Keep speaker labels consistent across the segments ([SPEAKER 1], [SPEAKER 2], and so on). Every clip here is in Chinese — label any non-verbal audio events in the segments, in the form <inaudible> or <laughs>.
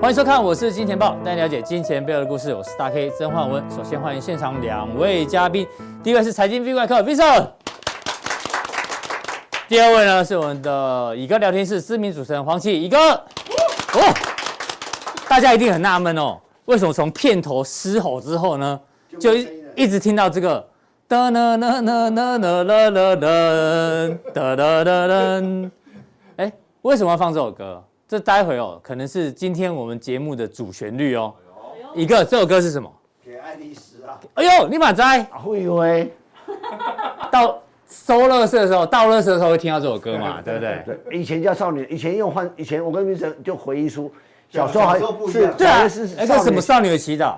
[SPEAKER 1] 欢迎收看，我是金钱豹，带你了解金钱背后的故事。我是大 K 曾焕文。首先欢迎现场两位嘉宾，第一位是财经 V 怪客 Vincent，第二位呢是我们的乙哥聊天室知名主持人黄奇乙哥。哦，大家一定很纳闷哦，为什么从片头嘶吼之后呢，就一一直听到这个噔噔噔噔噔噔噔噔噔噔噔噔，哎，为什么要放这首歌？这待会哦，可能是今天我们节目的主旋律哦。一个这首歌是什么？
[SPEAKER 2] 给爱丽丝啊，
[SPEAKER 1] 哎呦，你马在
[SPEAKER 2] 会会，
[SPEAKER 1] 到收垃圾的时候，倒垃圾的时候会听到这首歌嘛，对不对？
[SPEAKER 2] 对，以前叫少女，以前用换，以前我跟明成就回忆出小时候还
[SPEAKER 3] 啊小时候不一
[SPEAKER 2] 是
[SPEAKER 3] 样
[SPEAKER 1] 对啊，
[SPEAKER 2] 是是
[SPEAKER 1] 哎，
[SPEAKER 2] 少
[SPEAKER 1] 这
[SPEAKER 2] 女
[SPEAKER 1] 什么少女的祈祷？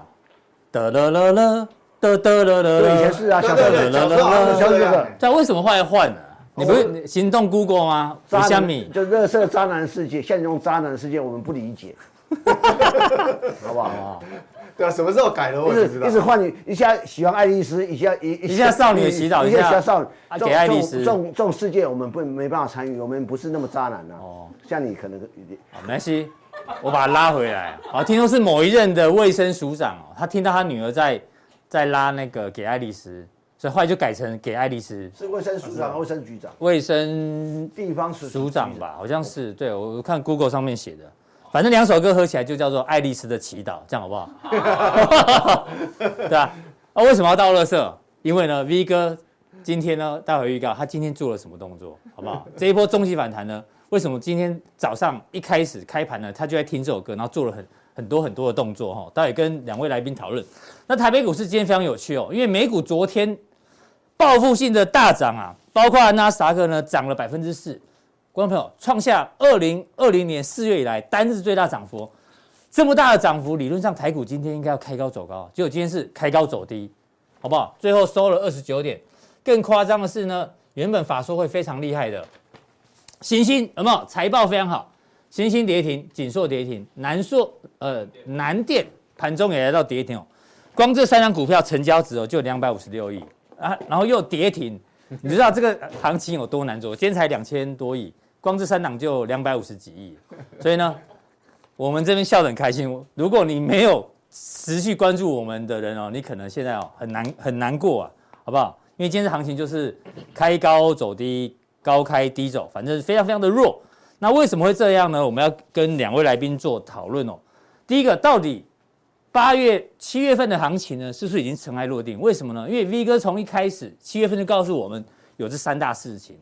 [SPEAKER 1] 得了了了，得得了了
[SPEAKER 2] 对，
[SPEAKER 1] 了。
[SPEAKER 2] 以前是啊，小时候
[SPEAKER 3] 对对对小
[SPEAKER 2] 小时
[SPEAKER 3] 时候
[SPEAKER 2] 候
[SPEAKER 3] 啊好
[SPEAKER 2] 小
[SPEAKER 3] 像是这
[SPEAKER 2] 时候这
[SPEAKER 3] 样
[SPEAKER 2] 个
[SPEAKER 1] 但为什么后来换了？你不是
[SPEAKER 2] 哦
[SPEAKER 1] 你行动 Google 吗？
[SPEAKER 2] 渣
[SPEAKER 1] 五香
[SPEAKER 2] 男，
[SPEAKER 1] 米
[SPEAKER 2] 就热色渣男世界，现在用渣男世界我们不
[SPEAKER 3] <laughs>
[SPEAKER 2] 理解，好不好？
[SPEAKER 3] 对啊，什么时候改的我也
[SPEAKER 2] 一
[SPEAKER 3] 不知
[SPEAKER 2] 直
[SPEAKER 3] 道
[SPEAKER 2] 一。直换你，一下喜欢爱丽丝，一下一
[SPEAKER 1] 一下少女的祈祷
[SPEAKER 2] 一
[SPEAKER 1] 一下
[SPEAKER 2] 下少女
[SPEAKER 1] 啊，
[SPEAKER 2] 这种
[SPEAKER 1] 给爱丽丝
[SPEAKER 2] 这种这种世界我们不没办法参与，我们不是那么渣男啊。哦，像你可能
[SPEAKER 1] 哦好没关系，我把他拉回来。好，听说是某一任的卫生署长哦，他听到他女儿在在拉那个给爱丽丝，所以后来就改成给爱丽丝
[SPEAKER 2] 啊是卫生署长、卫生局长、
[SPEAKER 1] 卫生
[SPEAKER 2] 地方署
[SPEAKER 1] 署长吧，好像是。对我我看 Google 上面写的，反正两首歌合起来就叫做《爱丽丝的祈祷》，这样好不好？ <laughs> 对啊，啊，为什么要倒垃圾？因为呢，V 哥今天呢，待会预告他今天做了什么动作，好不好？这一波中期反弹呢，为什么今天早上一开始开盘呢，他就在听这首歌，然后做了很很多很多的动作哈、哦，待会跟两位来宾讨论。那台北股市今天非常有趣哦，因为美股昨天报复性的大涨啊，包括纳斯达克呢涨了百分之四，观众朋友创下二零二零年四月以来单日最大涨幅哦。这么大的涨幅，理论上台股今天应该要开高走高，结果今天是开高走低，好不好？最后收了二十九点。更夸张的是呢，原本法说会非常厉害的，行星有没有财报非常好？行星跌停，锦硕跌停，南硕呃南电盘中也来到跌停哦。光这三张股票成交值哦就两百五十六亿啊，然后又跌停，你知道这个行情有多难做？今天才两千多亿，光这三档就两百五十几亿，所以呢，我们这边笑得很开心。如果你没有持续关注我们的人哦，你可能现在哦很难很难过啊，好不好？因为今天的行情就是开高走低，高开低走，反正非常非常的弱。那为什么会这样呢？我们要跟两位来宾做讨论哦。第一个，到底八月、七月份的行情呢，是不是已经尘埃落定？为什么呢？因为 V 哥从一开始七月份就告诉我们有这三大事情。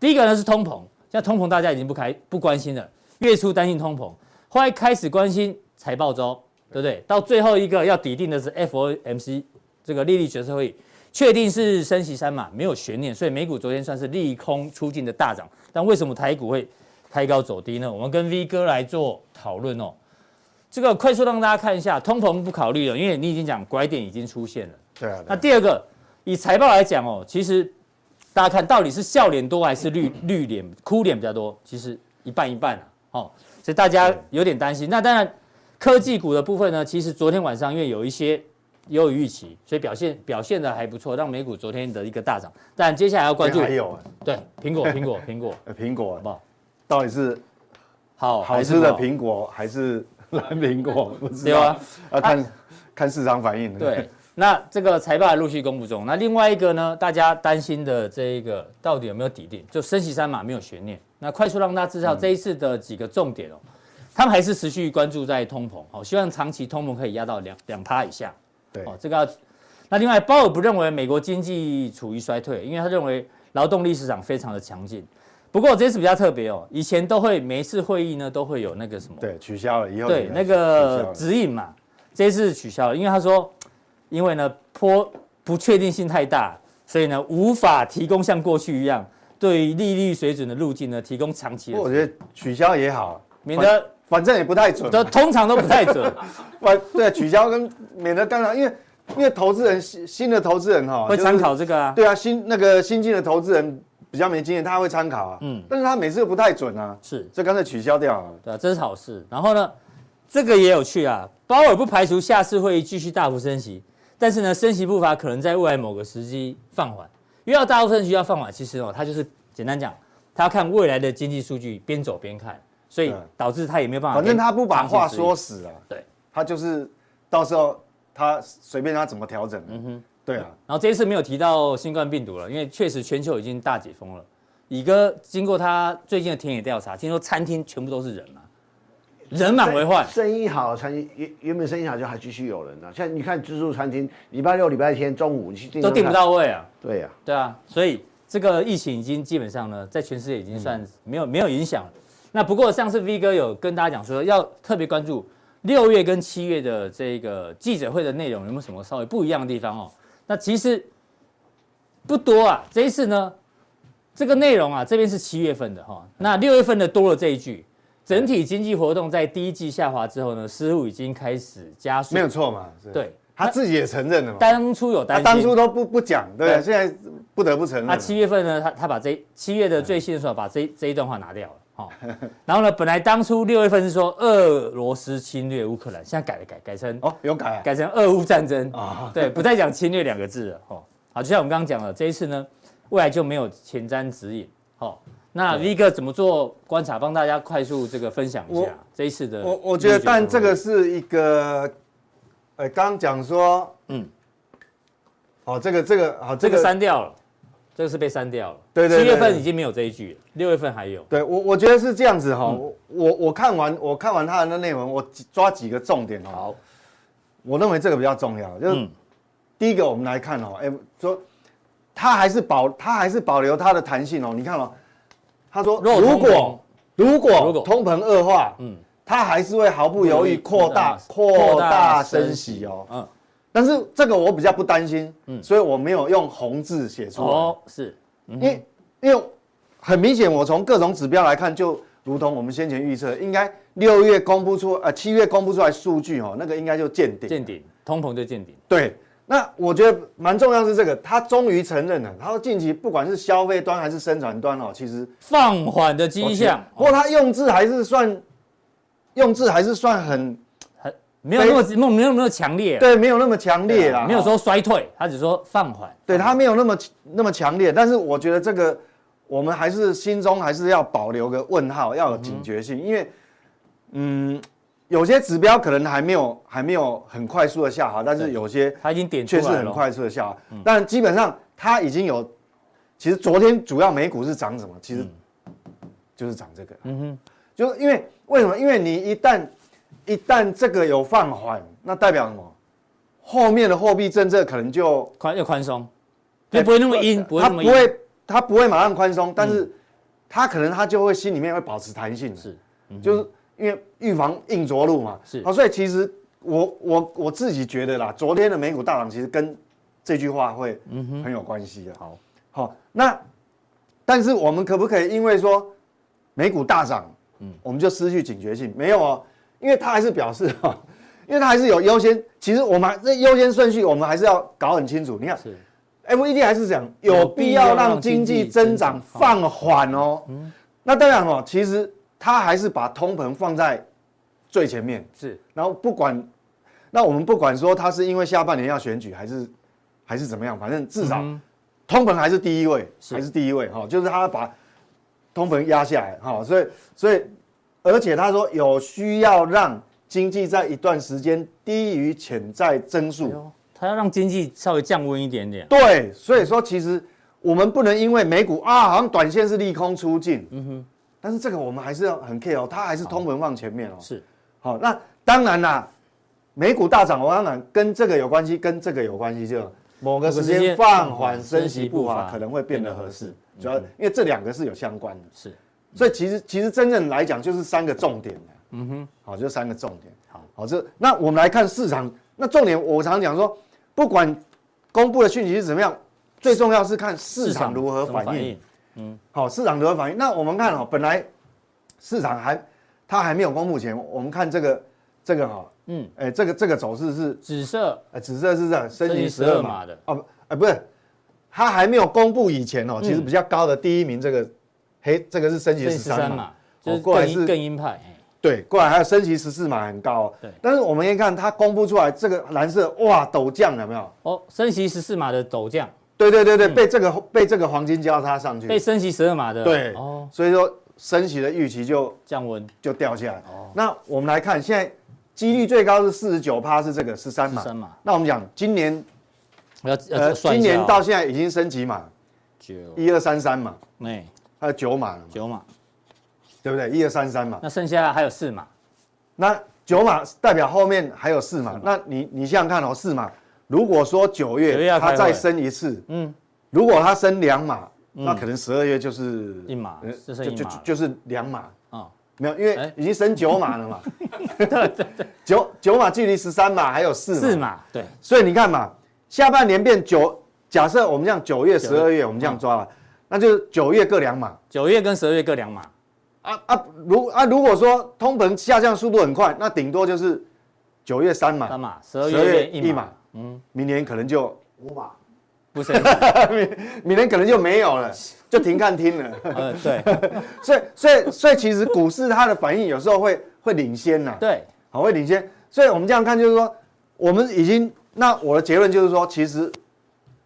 [SPEAKER 1] 第一个呢是通膨，现在通膨大家已经不开不关心了，月初担心通膨，后来开始关心财报周，对不对？到最后一个要抵定的是 FOMC 这个利率决策会议，确定是升息三嘛，没有悬念，所以美股昨天算是利空出尽的大涨。但为什么台股会开高走低呢？我们跟 V 哥来做讨论哦。这个快速让大家看一下，通膨不考虑了，因为你已经讲拐点已经出现了。
[SPEAKER 3] 对啊，
[SPEAKER 1] 那第二个，以财报来讲哦，其实大家看到底是笑脸多还是绿绿脸、哭脸比较多？其实一半一半啊，哦，所以大家有点担心。那当然，科技股的部分呢，其实昨天晚上因为有一些优于预期，所以表现表现的还不错，让美股昨天的一个大涨。但接下来要关注
[SPEAKER 3] 还有啊
[SPEAKER 1] 对苹果、苹果、苹果，
[SPEAKER 3] 呃苹果
[SPEAKER 1] 好不好？
[SPEAKER 3] 到底是
[SPEAKER 1] 好，
[SPEAKER 3] 好
[SPEAKER 1] 还是
[SPEAKER 3] 吃的
[SPEAKER 1] 不好
[SPEAKER 3] 苹果还是 <laughs> 蓝苹果？不知
[SPEAKER 1] 对
[SPEAKER 3] 道
[SPEAKER 1] 啊，
[SPEAKER 3] 要看看市场反应。
[SPEAKER 1] 对，那这个财报还陆续公布中。那另外一个呢，大家担心的这一个到底有没有底定？就升息三码没有悬念。那快速让大家知道这一次的几个重点哦，他们还是持续关注在通膨，哦，希望长期通膨可以压到两两趴以下。
[SPEAKER 3] 对
[SPEAKER 1] 哦，这个要。那另外，鲍尔不认为美国经济处于衰退，因为他认为劳动力市场非常的强劲。不过这次比较特别哦，以前都会每一次会议呢都会有那个什么
[SPEAKER 3] <laughs> 对，取消了以后
[SPEAKER 1] 对
[SPEAKER 3] 你来
[SPEAKER 1] 那个
[SPEAKER 3] 取消了
[SPEAKER 1] 指引嘛，这一次取消了，因为他说，因为呢坡不确定性太大，所以呢无法提供像过去一样对于利率水准的路径呢提供长期
[SPEAKER 3] 不过我
[SPEAKER 1] 的，
[SPEAKER 3] 觉得取消也好，
[SPEAKER 1] 免得
[SPEAKER 3] 反正也不太准。 <laughs>
[SPEAKER 1] 都通常都不太准。
[SPEAKER 3] 啊反对取消跟免得干扰，因为因为投资人新新的投资人哈，
[SPEAKER 1] 会
[SPEAKER 3] 哦就是
[SPEAKER 1] 参考这个啊。
[SPEAKER 3] 对啊，新那个新进的投资人比较没经验，他会参考啊。
[SPEAKER 1] 嗯
[SPEAKER 3] 嗯，但是他每次都不太准啊，
[SPEAKER 1] 是，
[SPEAKER 3] 所以干脆取消掉了。
[SPEAKER 1] 对啊，这是好事。然后呢，这个也有趣啊。鲍尔不排除下次会议继续大幅升息，但是呢，升息步伐可能在未来某个时机放缓。因为要大幅升息要放缓，其实哦，他就是简单讲，他要看未来的经济数据，边走边看，所以
[SPEAKER 3] 对
[SPEAKER 1] 导致他也没有办法。
[SPEAKER 3] 反正他不把话说，死啊，
[SPEAKER 1] 对。
[SPEAKER 3] 他就是到时候他随便他怎么调整。嗯哼，对啊，
[SPEAKER 1] 然后这一次没有提到新冠病毒了，因为确实全球已经大解封了。乙哥经过他最近的田野调查，听说餐厅全部都是人嘛，人满为患。
[SPEAKER 2] 生意好，餐厅原原本生意好就还继续有人呢、啊现在你看自助餐厅，礼拜六、礼拜天中午你去订
[SPEAKER 1] 都订不。到位啊。
[SPEAKER 2] 对呀、
[SPEAKER 1] 对啊，所以这个疫情已经基本上呢，在全世界已经
[SPEAKER 3] 嗯
[SPEAKER 1] 算没有、没有影响了。那不过上次 V 哥有跟大家讲说，要特别关注六月跟七月的这个记者会的内容有没有什么稍微不一样的地方哦。那其实不多啊，这一次呢，这个内容啊，这边是七月份的哈、那六月份的多了这一句。整体经济活动在第一季下滑之后呢，似乎已经开始加速。
[SPEAKER 3] 没有，错嘛。是
[SPEAKER 1] 对
[SPEAKER 3] 他自己也承认了嘛。
[SPEAKER 1] 当初有担
[SPEAKER 3] 他
[SPEAKER 1] 心，
[SPEAKER 3] 啊当初都不不讲，对不
[SPEAKER 1] 对啊
[SPEAKER 3] 对？现在不得不承认
[SPEAKER 1] 那
[SPEAKER 3] 了。
[SPEAKER 1] 七月份呢，他他把这七月的最新的时候把这这一段话拿
[SPEAKER 3] <laughs>
[SPEAKER 1] 掉了，哦，然后呢，本来当初六月份是说俄罗斯侵略乌克兰，现在改了改改成
[SPEAKER 3] 哦，有改啊
[SPEAKER 1] 改成俄乌战争，
[SPEAKER 3] 啊，
[SPEAKER 1] 对， <laughs> 不再讲侵略两个字了，哦，好，就像我们刚刚讲了，这一次呢，未来就没有前瞻指引，哦，那 V 哥怎么做观察，帮大家快速这个分享一
[SPEAKER 3] 我
[SPEAKER 1] 下这一次的，
[SPEAKER 3] 我我觉得，但这个是一个，呃，刚讲说，
[SPEAKER 1] 嗯
[SPEAKER 3] 嗯，哦，这个这个好，
[SPEAKER 1] 这个删掉了，这个是被删掉了，
[SPEAKER 3] 对对对
[SPEAKER 1] 七月份
[SPEAKER 3] 对
[SPEAKER 1] 已经没有这一句了，六月份还有，
[SPEAKER 3] 对我，我觉得是这样子哈、我我我看完我看完他的那内文，我几抓几个重点哈、
[SPEAKER 1] 好，
[SPEAKER 3] 我认为这个比较重要。就是、
[SPEAKER 1] 嗯
[SPEAKER 3] 第一个，我们来看哦，哎、说他还是保他还是保留他的弹性哦。你看哦，他说
[SPEAKER 1] 若
[SPEAKER 3] 如
[SPEAKER 1] 通膨
[SPEAKER 3] 果如
[SPEAKER 1] 如
[SPEAKER 3] 果
[SPEAKER 1] 果
[SPEAKER 3] 通膨恶化，
[SPEAKER 1] 嗯
[SPEAKER 3] 嗯，他还是会毫不犹豫扩大扩大升息哦。
[SPEAKER 1] 嗯，
[SPEAKER 3] 但是这个我比较不担心，所以我没有用红字写出来。
[SPEAKER 1] 哦，是。
[SPEAKER 3] 因为因为很明显，我从各种指标来看，就如同我们先前预测，应该六月公布出呃七月公布出来数据哦，那个应该就见顶。
[SPEAKER 1] 见顶，通膨就见顶。
[SPEAKER 3] 对，那我觉得蛮重要是这个，他终于承认了，他说近期不管是消费端还是生产端哦，其实
[SPEAKER 1] 放缓的迹象，
[SPEAKER 3] 不过他用字还是算用字还是算很
[SPEAKER 1] 没有那么没有没有那么强烈，
[SPEAKER 3] 对，没有那么强烈啦，
[SPEAKER 1] 啊没有说衰退，他只说放缓。
[SPEAKER 3] 对他没有那么那么强烈，但是我觉得这个我们还是心中还是要保留个问号，要有警觉性，因为嗯，有些指标可能还没有还没有很快速的下滑，但是有些
[SPEAKER 1] 他已经点出
[SPEAKER 3] 确
[SPEAKER 1] 来
[SPEAKER 3] 实
[SPEAKER 1] 了，
[SPEAKER 3] 很快速的下滑，但基本上它已经有，其实昨天主要美股是涨什么？其实就是涨这个，嗯哼，就是因为为什么？因为你一旦一旦这个有放缓，那代表什么？后面的货币政策可能就
[SPEAKER 1] 宽又宽松，就哎不会那么阴，不会
[SPEAKER 3] 他
[SPEAKER 1] 那么
[SPEAKER 3] 哎不
[SPEAKER 1] 阴。
[SPEAKER 3] 会，他不会马上宽松，但是他可能他就会心里面会保持弹性，
[SPEAKER 1] 嗯是，
[SPEAKER 3] 就是因为预防硬着陆嘛，哦
[SPEAKER 1] 是
[SPEAKER 3] 好，所以其实我我我自己觉得啦，昨天的美股大涨其实跟这句话会很有关系的。
[SPEAKER 1] 嗯
[SPEAKER 3] 啊
[SPEAKER 1] 好，
[SPEAKER 3] 好，那但是我们可不可以因为说美股大涨，嗯，我们就失去警觉性？没有哦，因为它还是表示 <laughs> 哈、哦，因为它还是有优先。其实我们还这优先顺序，我们还是要搞很清楚。你看
[SPEAKER 1] 是
[SPEAKER 3] FED E 还是讲
[SPEAKER 1] 有
[SPEAKER 3] 有
[SPEAKER 1] 必
[SPEAKER 3] 必
[SPEAKER 1] 要
[SPEAKER 3] 要
[SPEAKER 1] 让
[SPEAKER 3] 让经
[SPEAKER 1] 经济
[SPEAKER 3] 济
[SPEAKER 1] 增
[SPEAKER 3] 增
[SPEAKER 1] 长
[SPEAKER 3] 长
[SPEAKER 1] 放
[SPEAKER 3] 放缓哦。那当然哦，其实它还是把通膨放在最前面，
[SPEAKER 1] 是
[SPEAKER 3] 然后不管，那我们不管说它是因为下半年要选举还是还是怎么样，反正至少通膨还是第一位，
[SPEAKER 1] 嗯是
[SPEAKER 3] 还是第一位哈、就是他把通膨压下来哈、所以所以而且他说有需要让经济在一段时间低于潜在增速。
[SPEAKER 1] 他要让经济稍微降温一点点。
[SPEAKER 3] 对，所以说其实我们不能因为美股啊，好像短线是利空出尽，嗯哼，但是这个我们还是要很 care 哦，它还是通膨放前面哦。
[SPEAKER 1] 是，
[SPEAKER 3] 好，那当然啦，美股大涨，我当然跟这个有关系，跟这个有关系，就某个时
[SPEAKER 1] 某个时间
[SPEAKER 3] 间放缓升
[SPEAKER 1] 升息
[SPEAKER 3] 息
[SPEAKER 1] 步
[SPEAKER 3] 步
[SPEAKER 1] 伐
[SPEAKER 3] 伐可能会变得合
[SPEAKER 1] 变
[SPEAKER 3] 适
[SPEAKER 1] 得，
[SPEAKER 3] 主要因为这两个是有相关的，
[SPEAKER 1] 是
[SPEAKER 3] 所以其实其实真正来讲就是三个重点嗯哼，好，就三个重点。
[SPEAKER 1] 好，
[SPEAKER 3] 好，这那我们来看市场，那重点我常讲说，不管公布的讯息是怎么样，最重要是看市场如何
[SPEAKER 1] 怎么
[SPEAKER 3] 反应。？好，市场如何反应？那我们看哦，本来市场还它还没有公布前，我们看这个这个哈，
[SPEAKER 1] 嗯，
[SPEAKER 3] 哎，这个这个走势是，
[SPEAKER 1] 紫色
[SPEAKER 3] 哎，紫色是这样升
[SPEAKER 1] 升
[SPEAKER 3] 级
[SPEAKER 1] 级
[SPEAKER 3] 十
[SPEAKER 1] 12
[SPEAKER 3] 二
[SPEAKER 1] 码
[SPEAKER 3] 码
[SPEAKER 1] 的
[SPEAKER 3] 哦，哎，不是，它还没有公布以前哦，其实比较高的第一名这个，嘿，这个是升级
[SPEAKER 1] 嗯升
[SPEAKER 3] 十
[SPEAKER 1] 十三
[SPEAKER 3] 三码
[SPEAKER 1] 码，，就是
[SPEAKER 3] 哦过来
[SPEAKER 1] 更
[SPEAKER 3] 是
[SPEAKER 1] 鹰更鹰派，哎
[SPEAKER 3] 对，过来还有升级十四码很高、哦。
[SPEAKER 1] 对
[SPEAKER 3] 但是我们可以看它公布出来这个蓝色，哇，陡降有没有？
[SPEAKER 1] 哦，升级十四码的陡降，
[SPEAKER 3] 对对对对，被这个被这个黄金交叉上去，
[SPEAKER 1] 嗯被升级十二码的
[SPEAKER 3] 嗯对，
[SPEAKER 1] 哦
[SPEAKER 3] 所以说升息的预期就
[SPEAKER 1] 降温
[SPEAKER 3] 就掉下来。
[SPEAKER 1] 哦
[SPEAKER 3] 那我们来看，现在几率最高是四十九趴，是这个十三
[SPEAKER 1] 十
[SPEAKER 3] 码。
[SPEAKER 1] 三码，
[SPEAKER 3] 那我们讲今年呃
[SPEAKER 1] 要要算
[SPEAKER 3] 今
[SPEAKER 1] 一下
[SPEAKER 3] 年
[SPEAKER 1] 哦
[SPEAKER 3] 到现在已经升级码
[SPEAKER 1] 九
[SPEAKER 3] 一二三三嘛，
[SPEAKER 1] 哎
[SPEAKER 3] 还有九码了嘛，
[SPEAKER 1] 九码，
[SPEAKER 3] 对不对？一二三三嘛，
[SPEAKER 1] 那剩下还有四码，
[SPEAKER 3] 那九码代表后面还有四码。那你你想想看哦，四码，如果说九
[SPEAKER 1] 九月要
[SPEAKER 3] 月
[SPEAKER 1] 开
[SPEAKER 3] 它
[SPEAKER 1] 会
[SPEAKER 3] 再升一次，
[SPEAKER 1] 嗯，
[SPEAKER 3] 如果它升两码，那可能十二月就是
[SPEAKER 1] 一码
[SPEAKER 3] 呃
[SPEAKER 1] 这剩
[SPEAKER 3] 就
[SPEAKER 1] 一
[SPEAKER 3] 就
[SPEAKER 1] 码
[SPEAKER 3] 就
[SPEAKER 1] 了
[SPEAKER 3] 就是两码。
[SPEAKER 1] 哦，
[SPEAKER 3] 没有，因为
[SPEAKER 1] 哎
[SPEAKER 3] 已经升九码了
[SPEAKER 1] <laughs>
[SPEAKER 3] 嘛， <laughs> 九九码距离十三码还有四
[SPEAKER 1] 四码，对，
[SPEAKER 3] 所以你看嘛，下半年变九，假设我们这样九月、十二月，我们这
[SPEAKER 1] 嗯
[SPEAKER 3] 样抓了，那就是九月各两码
[SPEAKER 1] 九月跟十二月各两码，
[SPEAKER 3] 啊啊！如啊，如果说通膨下降速度很快，那顶多就是九月三
[SPEAKER 1] 三
[SPEAKER 3] 码，
[SPEAKER 1] 码，十二
[SPEAKER 3] 12
[SPEAKER 1] 月
[SPEAKER 3] 啊月
[SPEAKER 1] 一
[SPEAKER 3] 一
[SPEAKER 1] 码
[SPEAKER 3] 码，
[SPEAKER 1] 嗯，
[SPEAKER 3] 明年可能就 <laughs>
[SPEAKER 2] 五码，
[SPEAKER 1] 不升级，
[SPEAKER 3] 明年可能就没有
[SPEAKER 1] <laughs>
[SPEAKER 3] 了，就停看听了。
[SPEAKER 1] 呃，
[SPEAKER 3] <laughs>
[SPEAKER 1] 对
[SPEAKER 3] 所以所以所以其实股市它的反应有时候会会领先呐、
[SPEAKER 1] 对，
[SPEAKER 3] 好会领先。所以我们这样看，就是说，我们已经那我的结论就是说，其实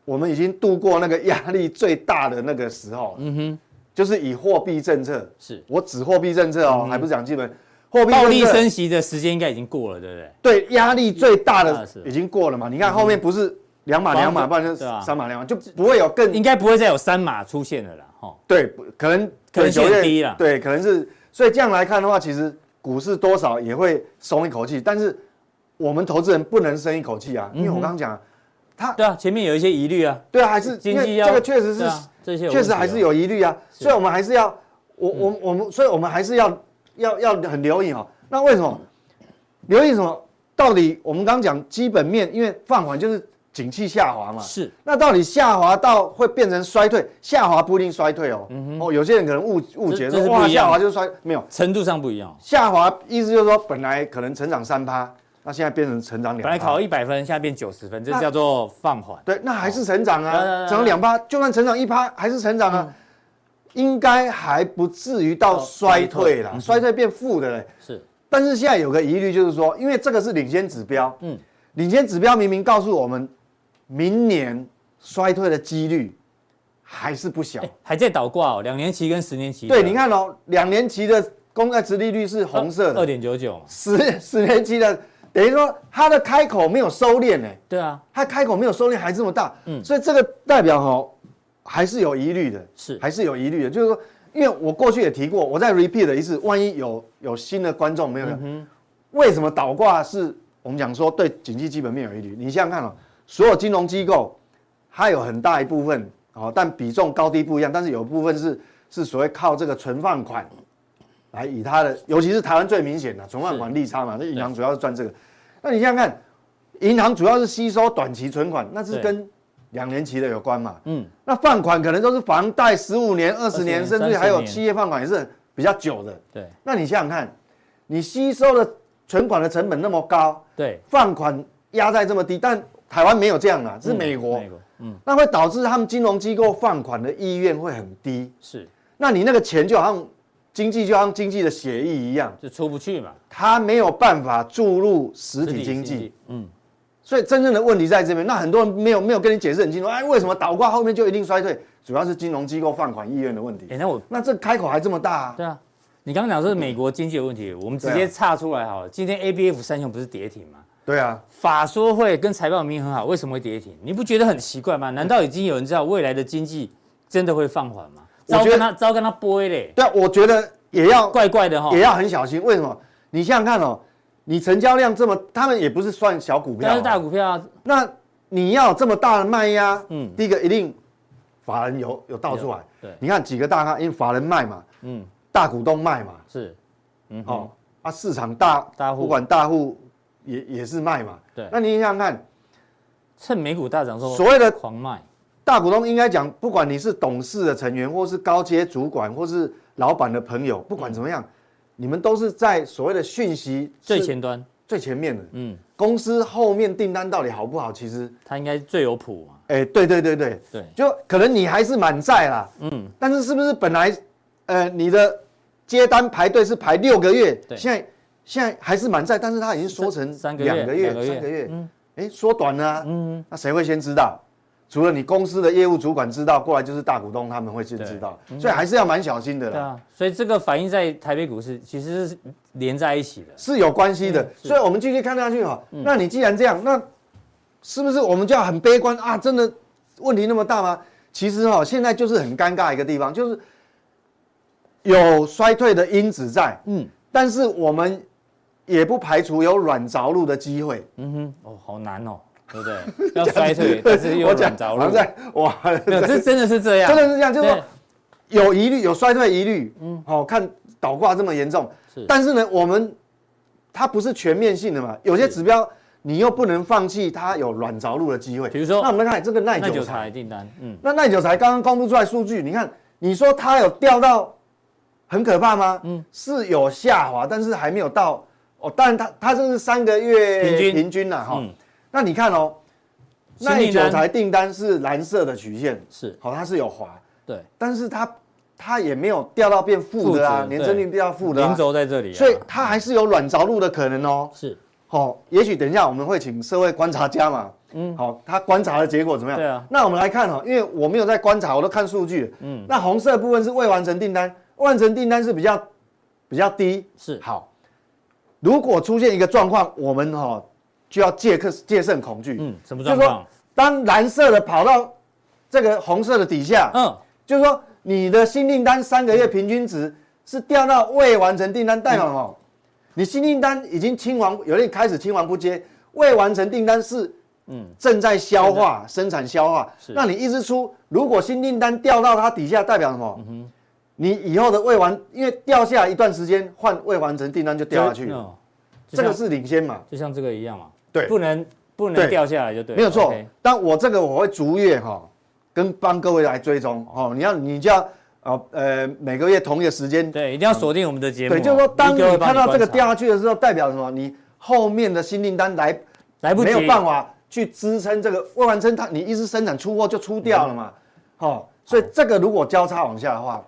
[SPEAKER 3] 我们已经度过那个压力最大的那个时候，
[SPEAKER 1] 嗯哼，
[SPEAKER 3] 就是以货币政策，
[SPEAKER 1] 是嗯
[SPEAKER 3] 我指货币政策哦，还不是讲基本货币
[SPEAKER 1] 暴力
[SPEAKER 3] 政策
[SPEAKER 1] 升息的时间应该已经过了，对不对？
[SPEAKER 3] 对压力最大
[SPEAKER 1] 啊
[SPEAKER 3] 的
[SPEAKER 1] 是
[SPEAKER 3] 已经过了嘛？你看后面不是两码
[SPEAKER 1] 房子
[SPEAKER 3] 两码，不然就
[SPEAKER 1] 对啊
[SPEAKER 3] 三码两码，就不会有更
[SPEAKER 1] 应该不会再有三码出现了啦，哈，
[SPEAKER 3] 对，不可能
[SPEAKER 1] 可能性
[SPEAKER 3] 九月
[SPEAKER 1] 很低啦
[SPEAKER 3] 对，可能是，所以这样来看的话，其实股市多少也会松一口气，但是我们投资人不能松一口气啊，因为我
[SPEAKER 1] 嗯
[SPEAKER 3] 刚刚讲，它
[SPEAKER 1] 对啊，前面有一些疑虑啊，
[SPEAKER 3] 对啊，还是因
[SPEAKER 1] 经济
[SPEAKER 3] 为
[SPEAKER 1] 要
[SPEAKER 3] 这个确实是
[SPEAKER 1] 对啊这些有问
[SPEAKER 3] 确
[SPEAKER 1] 题
[SPEAKER 3] 实
[SPEAKER 1] 啊嗯
[SPEAKER 3] 还是有疑虑啊，所以我们还是要，我我我们，所以我们还是要要要很留意哦。那为什么留意什么？到底我们刚刚讲基本面，因为放缓就是景气下滑嘛，
[SPEAKER 1] 是
[SPEAKER 3] 那到底下滑到会变成衰退？下滑不一定衰退哦。哦，有些人可能误误解
[SPEAKER 1] 嗯这
[SPEAKER 3] 说
[SPEAKER 1] 这是不
[SPEAKER 3] 哇，
[SPEAKER 1] 一样
[SPEAKER 3] 下滑就是衰，没有
[SPEAKER 1] 程度上不一样哦，
[SPEAKER 3] 下滑，意思就是说本来可能成长三趴，那现在变成成长两。
[SPEAKER 1] 本来考一百分，现在变九十分，这
[SPEAKER 3] 那
[SPEAKER 1] 叫做放缓，
[SPEAKER 3] 对，那还是成长
[SPEAKER 1] 来来来嗯
[SPEAKER 3] 啊，
[SPEAKER 1] 来
[SPEAKER 3] 成长两趴，就算成长一趴，还是成长啊，应该还不至于到
[SPEAKER 1] 到
[SPEAKER 3] 衰退啦
[SPEAKER 1] 衰退，嗯
[SPEAKER 3] 衰退变负的嘞。
[SPEAKER 1] 是
[SPEAKER 3] 但是现在有个疑虑就是说，因为这个是领先指标，
[SPEAKER 1] 嗯
[SPEAKER 3] 嗯，领先指标明明告诉我们，明年衰退的几率还是不小。
[SPEAKER 1] 还在倒挂哦，两年期跟十年期的，
[SPEAKER 3] 对，你看哦，两年期的公债殖利率是红色
[SPEAKER 1] 二
[SPEAKER 3] 的，
[SPEAKER 1] 点九九，
[SPEAKER 3] 十十年期的等于说它的开口没有收敛呢，
[SPEAKER 1] 对啊，
[SPEAKER 3] 它开口没有收敛还这么大，
[SPEAKER 1] 嗯
[SPEAKER 3] 所以这个代表哦，还是有疑虑的，
[SPEAKER 1] 是
[SPEAKER 3] 还是有疑虑的，就是说，因为我过去也提过，我再 repeat 了一次，万一有有新的观众没
[SPEAKER 1] 嗯
[SPEAKER 3] 有，为什么倒挂是我们讲说对经济基本面有疑虑？你想想看哦，所有金融机构它有很大一部分哦，但比重高低不一样，但是有部分是是所谓靠这个存放款来以它的，尤其是台湾最明显的存放款利差嘛，那银行主要是赚这个。那你想想看，银行主要是吸收短期存款，那是
[SPEAKER 1] 对
[SPEAKER 3] 跟两年期的有关嘛？
[SPEAKER 1] 嗯，
[SPEAKER 3] 那放款可能都是房贷十五年、二十
[SPEAKER 1] 20年
[SPEAKER 3] 年，甚至还
[SPEAKER 1] 30
[SPEAKER 3] 有
[SPEAKER 1] 年
[SPEAKER 3] 企业放款也是比较久的。
[SPEAKER 1] 对
[SPEAKER 3] 那你想想看，你吸收的存款的成本那么高，
[SPEAKER 1] 对，
[SPEAKER 3] 放款压在这么低，但台湾没有这样啊，是美国，
[SPEAKER 1] 美国，嗯，
[SPEAKER 3] 那会导致他们金融机构放款的意愿会很低。
[SPEAKER 1] 是
[SPEAKER 3] 那你那个钱就好像经济就好像经济的协议一样，
[SPEAKER 1] 就出不去嘛，
[SPEAKER 3] 它没有办法注入实体经济，，
[SPEAKER 1] 嗯，
[SPEAKER 3] 所以真正的问题在这边。那很多人没有没有跟你解释很清楚，哎，为什么倒挂后面就一定衰退？主要是金融机构放款意愿的问题。
[SPEAKER 1] 哎，那我
[SPEAKER 3] 那这开口还这么大、啊，
[SPEAKER 1] 对啊，你刚刚讲说是美国经济的问题，我们直
[SPEAKER 3] 对
[SPEAKER 1] 接
[SPEAKER 3] 啊
[SPEAKER 1] 岔出来好了。今天 ABF 三雄不是跌停吗？
[SPEAKER 3] 对啊，
[SPEAKER 1] 法说会跟财报明明很好，为什么会跌停？你不觉得很奇怪吗？难道已经有人知道未来的经济真的会放缓吗？
[SPEAKER 3] 我
[SPEAKER 1] 糟
[SPEAKER 3] 觉得
[SPEAKER 1] 跟他糟跟他播嘞，
[SPEAKER 3] 对啊，我觉得也要
[SPEAKER 1] 怪怪的哈
[SPEAKER 3] 也。要很小心。为什么？你想想看哦，你成交量这么，他们也不是算小股票、
[SPEAKER 1] 但
[SPEAKER 3] 啊，
[SPEAKER 1] 是大股票啊，
[SPEAKER 3] 那你要有这么大的卖压，
[SPEAKER 1] 嗯
[SPEAKER 3] 嗯，第一个一定法人有有倒出来，
[SPEAKER 1] 有对
[SPEAKER 3] 你看几个大咖，因为法人卖嘛，
[SPEAKER 1] 嗯，
[SPEAKER 3] 大股东卖嘛，
[SPEAKER 1] 是，嗯，
[SPEAKER 3] 哦，啊，市场大
[SPEAKER 1] 大户
[SPEAKER 3] 不管大户也也是卖嘛，
[SPEAKER 1] 对哦
[SPEAKER 3] 那你想想看，
[SPEAKER 1] 趁美股大涨之后，
[SPEAKER 3] 所谓的
[SPEAKER 1] 狂卖，
[SPEAKER 3] 大股东应该讲，不管你是董事的成员，或是高阶主管，或是老板的朋友，不管怎么样，你们都是在所谓的讯息
[SPEAKER 1] 最
[SPEAKER 3] 是
[SPEAKER 1] 前端
[SPEAKER 3] 最前面的，
[SPEAKER 1] 嗯，
[SPEAKER 3] 公司后面订单到底好不好，其实，
[SPEAKER 1] 他应该最有谱嘛，
[SPEAKER 3] 哎、对对对对，啊
[SPEAKER 1] 对，
[SPEAKER 3] 就可能你还是满载啦，
[SPEAKER 1] 嗯，
[SPEAKER 3] 但是是不是本来，呃，你的接单排队是排六个月，
[SPEAKER 1] 对
[SPEAKER 3] 现在现在还是满载，但是它已经缩成
[SPEAKER 1] 三三个月
[SPEAKER 3] 两个月、
[SPEAKER 1] 两个月
[SPEAKER 3] 三个月，
[SPEAKER 1] 嗯
[SPEAKER 3] 哎，缩短了啊，
[SPEAKER 1] 嗯，
[SPEAKER 3] 那谁会先知道？除了你公司的业务主管知道，过来就是大股东他们会先知道，所以还是要蛮小心的
[SPEAKER 1] 嗯对
[SPEAKER 3] 啦，
[SPEAKER 1] 啊，所以这个反映在台北股市其实是连在一起的，
[SPEAKER 3] 是有关系的。所以我们继续看下去哈，那你既然这样，那是不是我们就要很悲观啊？真的问题那么大吗？其实哈，现在就是很尴尬一个地方，就是有衰退的因子在，
[SPEAKER 1] 嗯
[SPEAKER 3] 但是我们也不排除有软着陆的机会。
[SPEAKER 1] 嗯哼，哦，好难哦，对
[SPEAKER 3] <laughs>
[SPEAKER 1] 不对？要衰退，但是又
[SPEAKER 3] 我讲
[SPEAKER 1] 软着
[SPEAKER 3] 好
[SPEAKER 1] 陆
[SPEAKER 3] 像，在哇，
[SPEAKER 1] 没有，这真的是这样，
[SPEAKER 3] 真的是这样就是说哎
[SPEAKER 1] 对
[SPEAKER 3] 有疑虑，有衰退疑虑，嗯，好、看倒挂这么严重，
[SPEAKER 1] 是
[SPEAKER 3] 但是呢，我们它不是全面性的嘛，有些指标你又不能放弃，它有软着陆的机会。
[SPEAKER 1] 比如说
[SPEAKER 3] 那我们看这个耐
[SPEAKER 1] 那
[SPEAKER 3] 久
[SPEAKER 1] 就
[SPEAKER 3] 材，
[SPEAKER 1] 台订单，嗯，
[SPEAKER 3] 那耐久材刚刚公布出来数据，你看，你说它有掉到很可怕吗？嗯，是有下滑，但是还没有到哦，但它它这是三个月
[SPEAKER 1] 平均
[SPEAKER 3] 平均啦，哈、
[SPEAKER 1] 嗯
[SPEAKER 3] 那你看哦，
[SPEAKER 1] 新
[SPEAKER 3] 耐
[SPEAKER 1] 订
[SPEAKER 3] 久
[SPEAKER 1] 单
[SPEAKER 3] 材订单是蓝色的曲线，
[SPEAKER 1] 是
[SPEAKER 3] 好、它是有滑。
[SPEAKER 1] 对，
[SPEAKER 3] 但是它它也没有掉到变负的啊
[SPEAKER 1] 负值，
[SPEAKER 3] 年增率掉到负的、
[SPEAKER 1] 零
[SPEAKER 3] 啊，
[SPEAKER 1] 轴在这里啊，
[SPEAKER 3] 所以它还是有软着陆的可能哦。
[SPEAKER 1] 是，
[SPEAKER 3] 好、也许等一下我们会请社会观察家嘛，嗯，好、他观察的结果怎么样？
[SPEAKER 1] 对啊
[SPEAKER 3] 那我们来看哦，因为我没有在观察，我都看数据。
[SPEAKER 1] 嗯，
[SPEAKER 3] 那红色的部分是未完成订单，未完成订单是比较比较低。
[SPEAKER 1] 是
[SPEAKER 3] 好，如果出现一个状况，我们哈、哦、就要戒克戒慎恐惧。
[SPEAKER 1] 嗯，什么
[SPEAKER 3] 就是
[SPEAKER 1] 状
[SPEAKER 3] 说
[SPEAKER 1] 况？
[SPEAKER 3] 当蓝色的跑到这个红色的底下，
[SPEAKER 1] 嗯，
[SPEAKER 3] 就是说你的新订单三个月平均值是掉到未完成订单，代表什
[SPEAKER 1] 嗯
[SPEAKER 3] 么？你新订单已经清完，有点开始清完不接，未完成订单是嗯正在消化、
[SPEAKER 1] 嗯
[SPEAKER 3] 生产消化。那你一直出，如果新订单掉到它底下，代表什
[SPEAKER 1] 嗯
[SPEAKER 3] 么？你以后的未完，因为掉下来一段时间，换未完成订单就掉下去，
[SPEAKER 1] 嗯
[SPEAKER 3] 这
[SPEAKER 1] 就
[SPEAKER 3] 个
[SPEAKER 1] 像
[SPEAKER 3] 是领先嘛？
[SPEAKER 1] 就像这个一样嘛，
[SPEAKER 3] 对
[SPEAKER 1] 不能不
[SPEAKER 3] 对
[SPEAKER 1] 能掉下来就对了，
[SPEAKER 3] 没有错
[SPEAKER 1] OK，。
[SPEAKER 3] 但我这个我会逐月哈、跟帮各位来追踪哦。你要你就要呃呃每个月同一个时间，
[SPEAKER 1] 对，一定要锁定我们的节目啊，
[SPEAKER 3] 对，就是说当
[SPEAKER 1] 一哥
[SPEAKER 3] 你
[SPEAKER 1] 会帮
[SPEAKER 3] 看到这个
[SPEAKER 1] 观察
[SPEAKER 3] 掉下去的时候，代表什么？你后面的新订单来
[SPEAKER 1] 来不及，
[SPEAKER 3] 没有办法去支撑这个未完成它，你一直生产出货就出掉了嘛，
[SPEAKER 1] 嗯
[SPEAKER 3] 好、所以这个如果交叉往下的话，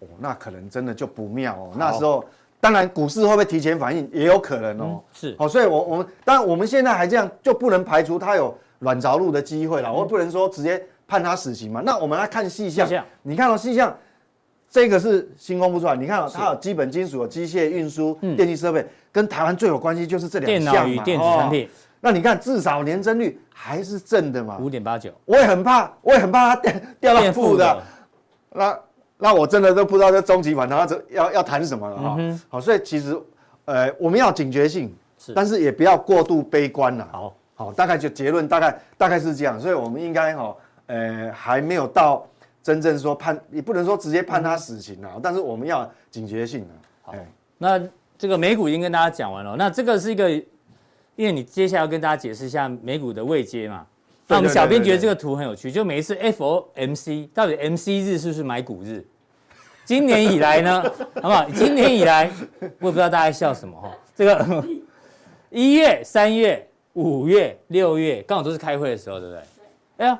[SPEAKER 3] 哦，那可能真的就不妙哦。那时候当然股市会不会提前反应也有可能哦。
[SPEAKER 1] 是
[SPEAKER 3] 好，所以我我们当然我们现在还这样，就不能排除它有软着陆的机会了，我不能说直接判它死刑嘛。那我们来看细项
[SPEAKER 1] 嗯细项，
[SPEAKER 3] 你看到、哦细项，这个是新公布出来，你看到、它有基本金属、有机械、运输、电气设备，跟台湾最有关系就是这两
[SPEAKER 1] 嗯电
[SPEAKER 3] 项
[SPEAKER 1] 脑
[SPEAKER 3] 嘛
[SPEAKER 1] 与电子产品
[SPEAKER 3] 哦那你看，至少年增率还是正的嘛。
[SPEAKER 1] 五点八九，
[SPEAKER 3] 我也很怕，我也很怕它掉 <laughs> 掉到
[SPEAKER 1] 变
[SPEAKER 3] 负
[SPEAKER 1] 负
[SPEAKER 3] 的啊
[SPEAKER 1] 的。，
[SPEAKER 3] 那那我真的都不知道这终极反弹要怎要要谈什么了
[SPEAKER 1] 嗯
[SPEAKER 3] 哈、好，所以其实呃我们要警觉性，
[SPEAKER 1] 是
[SPEAKER 3] 但是也不要过度悲观了。
[SPEAKER 1] 好，
[SPEAKER 3] 好，大概就结论大概大概是这样，所以我们应该哈呃还没有到真正说判，也不能说直接判他死刑
[SPEAKER 1] 嗯
[SPEAKER 3] 啊，但是我们要警觉性啊。好，
[SPEAKER 1] 那这个美股已经跟大家讲完了，那这个是一个，因为你接下来要跟大家解释一下美股的位阶嘛。
[SPEAKER 3] 对
[SPEAKER 1] 那我们
[SPEAKER 3] 对
[SPEAKER 1] 小
[SPEAKER 3] 对
[SPEAKER 1] 编
[SPEAKER 3] 对
[SPEAKER 1] 觉得
[SPEAKER 3] 对
[SPEAKER 1] 这个图很有趣，就每一次 FOMC 到底 MC 日是不是买股日？今年以来呢， <laughs> 好不好？今年以来，我也不知道大家在笑什么哈、哦。这个一月、三月、五月、六月，刚好都是开会的时候，对不对？哎呀，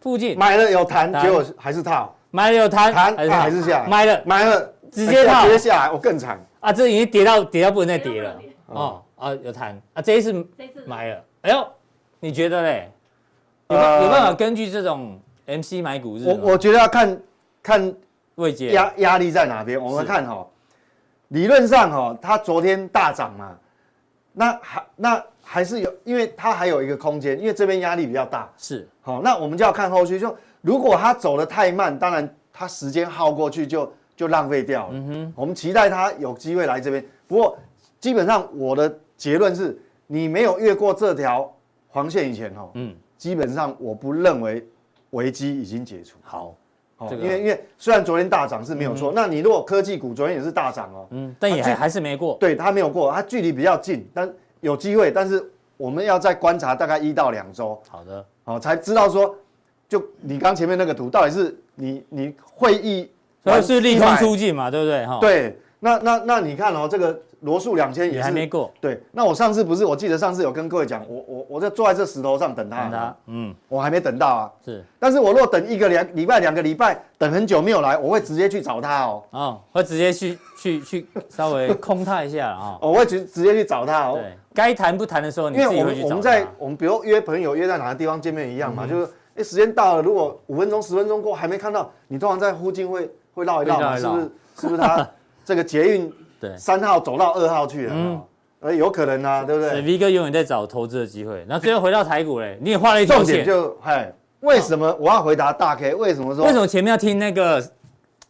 [SPEAKER 1] 附近
[SPEAKER 3] 买了有谈，
[SPEAKER 1] 谈
[SPEAKER 3] 结果还是套，
[SPEAKER 1] 买了有谈，
[SPEAKER 3] 谈
[SPEAKER 1] 还是
[SPEAKER 3] 啊
[SPEAKER 1] 套
[SPEAKER 3] 还是下来
[SPEAKER 1] 买了
[SPEAKER 3] 买了哎
[SPEAKER 1] 直接套
[SPEAKER 3] 直接下来，我更惨。
[SPEAKER 1] 啊，这已经跌到跌到不能再跌了
[SPEAKER 4] 跌
[SPEAKER 3] 嗯
[SPEAKER 1] 哦啊，有谈啊，这一次
[SPEAKER 4] 这一次
[SPEAKER 1] 买了，哎呦，你觉得嘞？有没有有办法根据这种 MC 买股日吗？
[SPEAKER 3] 呃我我觉得要看看
[SPEAKER 1] 未接
[SPEAKER 3] 压压力在哪边？我们看哈、理论上哈、它昨天大涨嘛，那还那还是有，因为它还有一个空间，因为这边压力比较大。
[SPEAKER 1] 是
[SPEAKER 3] 好、那我们就要看后续，就如果它走得太慢，当然它时间耗过去就就浪费掉了。嗯哼，我们期待它有机会来这边，不过基本上我的结论是，你没有越过这条黄线以前哦，
[SPEAKER 1] 嗯
[SPEAKER 3] 基本上我不认为危机已经解除。
[SPEAKER 1] 好，
[SPEAKER 3] 哦，
[SPEAKER 1] 这个
[SPEAKER 3] 因为因为虽然昨天大涨是没有错，那你如果科技股昨天也是大涨哦，
[SPEAKER 1] 嗯，但也
[SPEAKER 3] 啊这
[SPEAKER 1] 还还是没过，
[SPEAKER 3] 对，它没有过，它距离比较近，但有机会，但是我们要再观察大概一到两周，
[SPEAKER 1] 好的，
[SPEAKER 3] 哦，才知道说，就你刚前面那个图到底是你你会议
[SPEAKER 1] 所
[SPEAKER 3] 完
[SPEAKER 1] 以是利空
[SPEAKER 3] 100
[SPEAKER 1] 出尽嘛，对不对哈？，
[SPEAKER 3] 对，那那那你看哦，这个罗素两千也
[SPEAKER 1] 也
[SPEAKER 3] 是
[SPEAKER 1] 还没过，
[SPEAKER 3] 对，那我上次不是，我记得上次有跟各位讲，我我我就坐在这石头上等
[SPEAKER 1] 看
[SPEAKER 3] 它
[SPEAKER 1] 他，，嗯，
[SPEAKER 3] 我还没等到啊。
[SPEAKER 1] 是
[SPEAKER 3] 但是我若等一个两礼拜、两个礼拜，等很久没有来，我会直接去找他哦，
[SPEAKER 1] 哦，会直接去去去稍微空他一下啊、
[SPEAKER 3] 我会直直接去找他哦。
[SPEAKER 1] 哦，对，该谈不谈的时候，你
[SPEAKER 3] 因为
[SPEAKER 1] 自己
[SPEAKER 3] 我
[SPEAKER 1] 会去
[SPEAKER 3] 们
[SPEAKER 1] 找
[SPEAKER 3] 我
[SPEAKER 1] 他嗯
[SPEAKER 3] 们在我们比如约朋友约在哪个地方见面一样嘛，就是哎时间到了，如果五分钟十分钟过还没看到，你通常在附近会会绕一绕嘛，
[SPEAKER 1] 会
[SPEAKER 3] 是
[SPEAKER 1] 绕一
[SPEAKER 3] 不
[SPEAKER 1] 绕
[SPEAKER 3] 是？是不是
[SPEAKER 1] <laughs>
[SPEAKER 3] 他这个捷运
[SPEAKER 1] 对，嗯
[SPEAKER 3] 三号走到二号去了嘛？呃，有可能啊，对不
[SPEAKER 1] 所以
[SPEAKER 3] 对？
[SPEAKER 1] V 哥永远在找投资的机会。那最后回到台股嘞，你也画了一条
[SPEAKER 3] 重点
[SPEAKER 1] 线，
[SPEAKER 3] 就哎，为什么我要回答大 K？为什么说
[SPEAKER 1] 为什么前面要听那个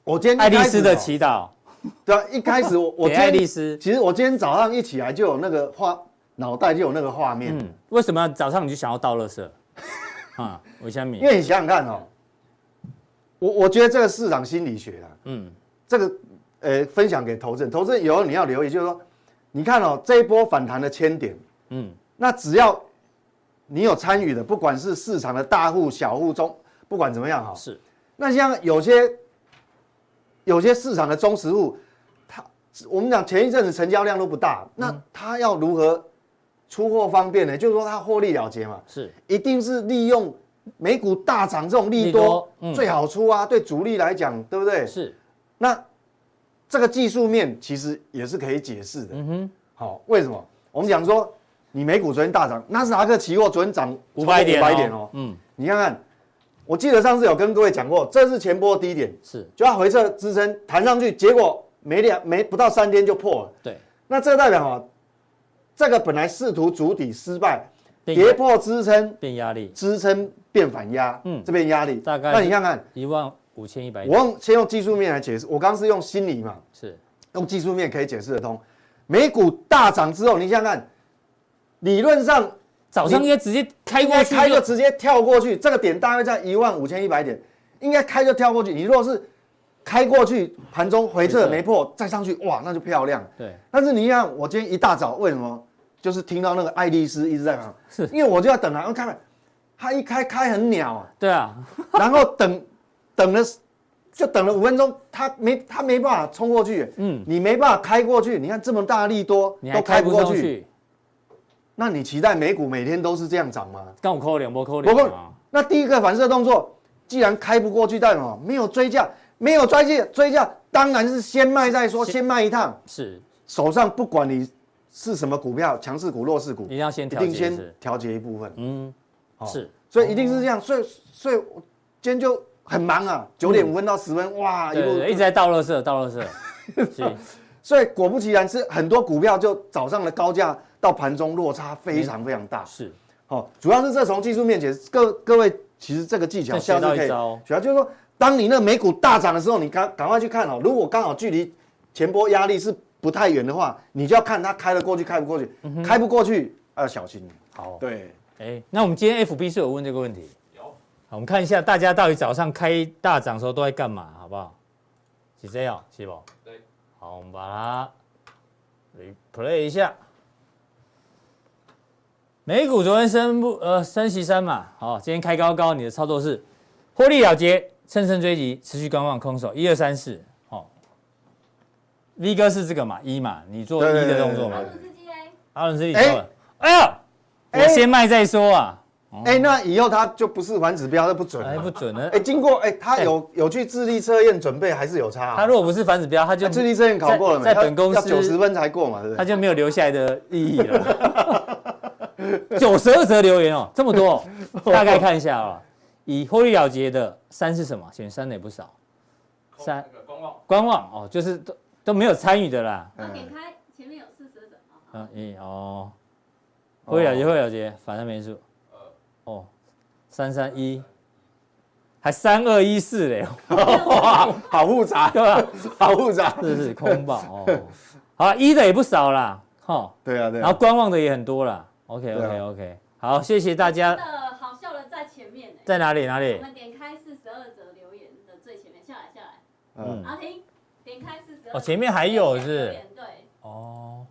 [SPEAKER 3] 我今天
[SPEAKER 1] 爱
[SPEAKER 3] 一
[SPEAKER 1] 丽
[SPEAKER 3] 开始
[SPEAKER 1] 丝的
[SPEAKER 3] 哦
[SPEAKER 1] 祈祷？
[SPEAKER 3] 对啊，一开始
[SPEAKER 1] <laughs>
[SPEAKER 3] 我我
[SPEAKER 1] 给
[SPEAKER 3] 今
[SPEAKER 1] 爱丽
[SPEAKER 3] 天
[SPEAKER 1] 丝，
[SPEAKER 3] 其实我今天早上一起来就有那个画，脑袋就有那个画面，
[SPEAKER 1] 嗯，为什么早上你就想要倒垃圾？ <laughs> 啊，我想
[SPEAKER 3] 因
[SPEAKER 1] 米，
[SPEAKER 3] 为你想想看哦，我我觉得这个市场心理学啊，
[SPEAKER 1] 嗯，
[SPEAKER 3] 这个呃分享给投资人，投资人以后你要留意，就是说，你看哦这一波反弹的千点，
[SPEAKER 1] 嗯，
[SPEAKER 3] 那只要你有参与的，不管是市场的大户、小户中，不管怎么样哈、
[SPEAKER 1] 是，
[SPEAKER 3] 那像有些有些市场的中实户，他我们讲前一阵子成交量都不大，
[SPEAKER 1] 嗯
[SPEAKER 3] 那他要如何出货方便呢？就是说他获利了结嘛，
[SPEAKER 1] 是，
[SPEAKER 3] 一定是利用美股大涨这种利
[SPEAKER 1] 利
[SPEAKER 3] 多
[SPEAKER 1] 多嗯
[SPEAKER 3] 最好出啊，对主力来讲，对不对？
[SPEAKER 1] 是，
[SPEAKER 3] 那这个技术面其实也是可以解释的。
[SPEAKER 1] 嗯哼，
[SPEAKER 3] 好，为什么？我们讲说你美股昨天大涨，纳斯达克期货昨天涨
[SPEAKER 1] 五百点，
[SPEAKER 3] 五百点哦，
[SPEAKER 1] 嗯，
[SPEAKER 3] 你看看，我记得上次有跟各位讲过，这是前波低点。
[SPEAKER 1] 是
[SPEAKER 3] 就它回撤支撑弹上去，结果没两没不到三天就破了。
[SPEAKER 1] 对，
[SPEAKER 3] 那这代表啊，这个本来试图主底失败，
[SPEAKER 1] 变
[SPEAKER 3] 跌破支撑，
[SPEAKER 1] 变压力
[SPEAKER 3] 支撑变反压，
[SPEAKER 1] 嗯
[SPEAKER 3] 嗯，这边压力
[SPEAKER 1] 大概
[SPEAKER 3] 那你看看，
[SPEAKER 1] 一万五千一百
[SPEAKER 3] 我
[SPEAKER 1] 点，
[SPEAKER 3] 用先用技术面来解释，我刚刚是用心理嘛，
[SPEAKER 1] 是，
[SPEAKER 3] 用技术面可以解释得通。美股大涨之后，你想想看，理论上
[SPEAKER 1] 早上
[SPEAKER 3] 你
[SPEAKER 1] 应该直接开
[SPEAKER 3] 应
[SPEAKER 1] 过
[SPEAKER 3] 该
[SPEAKER 1] 去，
[SPEAKER 3] 开就直接跳过去，这个点大约在一万五千一百点，应该开就跳过去。你如果是开过去，盘中回
[SPEAKER 1] 回
[SPEAKER 3] 撤
[SPEAKER 1] 撤
[SPEAKER 3] 没破，再上去，哇，那就漂亮。
[SPEAKER 1] 对，
[SPEAKER 3] 但是你看，我今天一大早为什么就是听到那个爱丽丝一直在喊，因为我就要等啊，我看看它一开开很鸟啊，
[SPEAKER 1] 对啊， <laughs>
[SPEAKER 3] 然后等等了就等了五分钟，它没它没办法冲过去，
[SPEAKER 1] 嗯
[SPEAKER 3] 嗯，你没办法开过去，你看这么大力多
[SPEAKER 1] 你
[SPEAKER 3] 都
[SPEAKER 1] 还
[SPEAKER 3] 开
[SPEAKER 1] 开
[SPEAKER 3] 不
[SPEAKER 1] 不
[SPEAKER 3] 过
[SPEAKER 1] 上
[SPEAKER 3] 去，
[SPEAKER 1] 去，
[SPEAKER 3] 那你期待美股每天都是这样涨吗？
[SPEAKER 1] 刚我扣脸，我扣
[SPEAKER 3] 不
[SPEAKER 1] 脸
[SPEAKER 3] 过
[SPEAKER 1] 啊，
[SPEAKER 3] 那第一个反射动作，既然开不过去，代表没有追价，没有追价，追价当然是先卖再说，先卖一趟。
[SPEAKER 1] 是，
[SPEAKER 3] 手上不管你是什么股票，强势股、弱势股
[SPEAKER 1] 一，定要先
[SPEAKER 3] 一
[SPEAKER 1] 调节
[SPEAKER 3] 定
[SPEAKER 1] 一
[SPEAKER 3] 先哦
[SPEAKER 1] 次，
[SPEAKER 3] 调节一部分，
[SPEAKER 1] 嗯，是，
[SPEAKER 3] 所以一定是这样。所以所以我今天就很忙啊，九点五分到十分，哇，啊一
[SPEAKER 1] 对对，一直
[SPEAKER 3] 路。
[SPEAKER 1] 在倒垃圾，倒
[SPEAKER 3] <laughs>
[SPEAKER 1] 垃圾，是。
[SPEAKER 3] 所以果不其然是很多股票就早上的高价到盘中落差非常非常大。
[SPEAKER 1] 是
[SPEAKER 3] 好、主要是这从技术面解释，各各位其实这个技巧
[SPEAKER 1] 再学
[SPEAKER 3] 下
[SPEAKER 1] 到
[SPEAKER 3] 次
[SPEAKER 1] 一
[SPEAKER 3] 可以
[SPEAKER 1] 招
[SPEAKER 3] 主要就是说，当你那个美股大涨的时候，你赶赶快去看哦。如果刚好距离前波压力是不太远的话，你就要看它开得过去，开不过去，
[SPEAKER 1] 嗯
[SPEAKER 3] 开不过去要小心。
[SPEAKER 1] 好，
[SPEAKER 3] 对，
[SPEAKER 1] 哎，那我们今天 FB 是有问这个问题，有，好，我们看一下大家到底早上开大涨的时候都在干嘛，好不好？是这样，是不？
[SPEAKER 4] 对。
[SPEAKER 1] 好，我们把它 replay 一下。美股昨天升不呃升息三嘛，好，今天开高高，你的操作是获利了结，乘胜追击，持续观望空手，一二三四，哦。V 哥是这个嘛，一嘛，你做一 E
[SPEAKER 3] 对对
[SPEAKER 1] 的
[SPEAKER 3] 对
[SPEAKER 1] 动作嘛
[SPEAKER 3] 对，
[SPEAKER 5] 司机哎，
[SPEAKER 1] 阿伦斯利做了，哎呀，
[SPEAKER 3] 哎
[SPEAKER 1] 我先卖再说啊，
[SPEAKER 3] 哎、那以后它就不是环指标，那不准了。
[SPEAKER 1] 哎不准了
[SPEAKER 3] 哎、，经过哎、他有有去智力测验准备，还是有差、啊。
[SPEAKER 1] 他如果不是反指标，他就
[SPEAKER 4] 啊
[SPEAKER 3] 他智力测验考过了没？
[SPEAKER 1] 在在本公
[SPEAKER 3] 要九十
[SPEAKER 1] 司
[SPEAKER 3] 分才过嘛，对不
[SPEAKER 1] 他
[SPEAKER 3] 对？
[SPEAKER 1] 就没有留下来的意义了。
[SPEAKER 4] <laughs>
[SPEAKER 1] 九十二则留言哦，这么多哦，大概看一下啊。以获利了结的三是什么？选三的也不少，三
[SPEAKER 4] 那个观望，
[SPEAKER 1] 观望哦，就是都都没有参与的啦。
[SPEAKER 5] 然
[SPEAKER 3] 嗯
[SPEAKER 5] 后点开前面有四十个啊，
[SPEAKER 1] 嗯，一哦，会
[SPEAKER 3] 哦
[SPEAKER 1] 了结会了结，反正没数。
[SPEAKER 4] 呃
[SPEAKER 1] 哦，三三一，还三二一四嘞， <laughs>
[SPEAKER 3] 哇， <laughs> 好复杂，
[SPEAKER 1] 对吧？
[SPEAKER 3] 好复杂。
[SPEAKER 1] 这是空报哦。好啦，一的也不少啦，哈、
[SPEAKER 3] 对啊，对
[SPEAKER 1] 然
[SPEAKER 3] 啊
[SPEAKER 1] 后。观望的也很多啦。OK
[SPEAKER 3] 对
[SPEAKER 1] OK
[SPEAKER 3] 啊
[SPEAKER 1] OK，好，谢谢大
[SPEAKER 5] 真
[SPEAKER 1] 家。
[SPEAKER 5] 的好笑的在前面哎，
[SPEAKER 1] 在哪里？哪
[SPEAKER 5] 我
[SPEAKER 1] 里？
[SPEAKER 5] 们点开四十二则留言的最前面，下来下来，
[SPEAKER 3] 嗯，
[SPEAKER 1] 嗯
[SPEAKER 5] 然后停，点开四十二，
[SPEAKER 1] 哦前面还有是
[SPEAKER 5] 留言对，
[SPEAKER 1] 哦，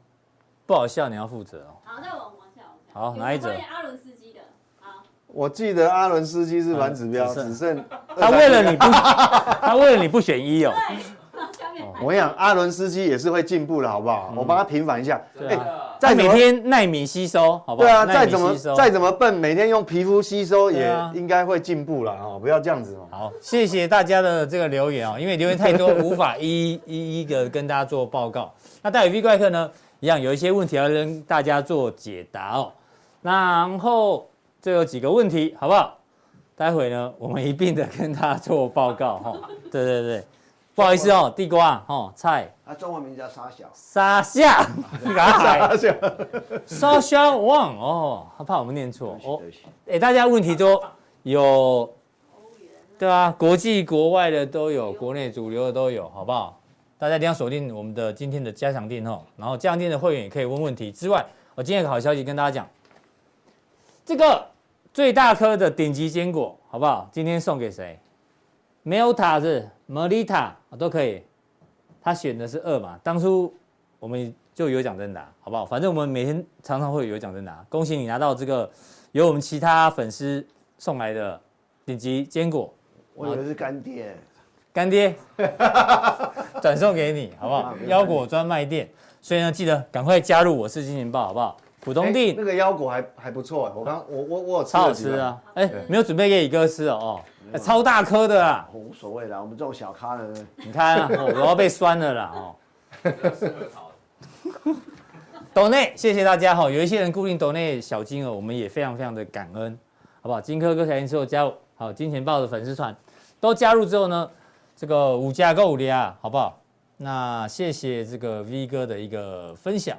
[SPEAKER 1] 不好笑，你要负责哦。
[SPEAKER 5] 好，再往往下往下，
[SPEAKER 1] 好
[SPEAKER 5] 有
[SPEAKER 1] 哪一则
[SPEAKER 5] 关于阿伦斯基的，好，
[SPEAKER 3] 我记得阿伦斯基是反指标，
[SPEAKER 1] 嗯
[SPEAKER 3] 只剩
[SPEAKER 1] 他为了你不，他为了你不选一哦。
[SPEAKER 5] 对，然后下面
[SPEAKER 3] <laughs> 我跟你讲，阿伦斯基也是会进步的，好不好？我帮他平反一下。
[SPEAKER 1] 嗯
[SPEAKER 3] 哎
[SPEAKER 1] 对啊，
[SPEAKER 3] 再
[SPEAKER 1] 再
[SPEAKER 3] 怎
[SPEAKER 1] 每
[SPEAKER 3] 么
[SPEAKER 1] 天耐米吸收，好不好？
[SPEAKER 3] 对啊，
[SPEAKER 1] 耐
[SPEAKER 3] 再
[SPEAKER 1] 米
[SPEAKER 3] 怎么
[SPEAKER 1] 吸收
[SPEAKER 3] 再怎么笨，每天用皮肤吸收
[SPEAKER 1] 对
[SPEAKER 3] 也
[SPEAKER 1] 啊
[SPEAKER 3] 应该会进步了哦，不要这样子哦。
[SPEAKER 1] 好，谢谢大家的这个留言哦，因为留言太多，无法一一一一个跟大家做报告。那待会 V 怪客呢，一样有一些问题要跟大家做解答哦。然后这有几个问题，好不好？待会呢，我们一并的跟大家做报告哈、哦。 <laughs> 对对对，不好意思哦，地瓜哦，菜
[SPEAKER 2] 啊，中文名叫沙小，
[SPEAKER 1] 沙夏，
[SPEAKER 3] 而且
[SPEAKER 1] 沙夏旺哦，他怕我们念错
[SPEAKER 2] 对不
[SPEAKER 1] 哦
[SPEAKER 2] 起，。对不起
[SPEAKER 1] 哎，大家问题都有
[SPEAKER 5] 欧元
[SPEAKER 1] 对啊，国际国外的都有，国内主流的都有，好不好？大家一定要锁定我们的今天的加强店吼，然后加强店的会员也可以问问题。之外，我今天有个好消息跟大家讲，这个最大颗的顶级坚果，好不好？今天送给谁？Melta 是 Melita 都可以，他选的是二嘛，当初我们就有奖征答，好不好？反正我们每天常常会有奖征答，恭喜你拿到这个由我们其他粉丝送来的顶级坚果。
[SPEAKER 2] 我
[SPEAKER 1] 啊
[SPEAKER 2] 以为是干爹，
[SPEAKER 1] 干爹， <laughs> 转送给你，好不好
[SPEAKER 2] 啊没？有
[SPEAKER 1] 腰果专卖店，所以呢，记得赶快加入我是金钱豹，好不好？浦东
[SPEAKER 3] 哎那
[SPEAKER 1] 地
[SPEAKER 3] 个腰果还还不错哎，我刚我我我有
[SPEAKER 1] 超好
[SPEAKER 3] 了几
[SPEAKER 1] 吃
[SPEAKER 3] 个，
[SPEAKER 1] 啊！
[SPEAKER 5] 对
[SPEAKER 1] 哎，没有准备给宇哥吃哦，哦，超大颗的啊！
[SPEAKER 2] 我无所谓啦，我们这种小咖呢，
[SPEAKER 1] <laughs> 你看啊，哦我要被酸了啦哦。抖内，谢谢大家哈、有一些人固定抖内小金额，我们也非常非常的感恩，好不好？金科哥财经之后加入好金钱豹的粉丝团，都加入之后呢，这个五加购五的啊，好不好？那谢谢这个 V 哥的一个分享。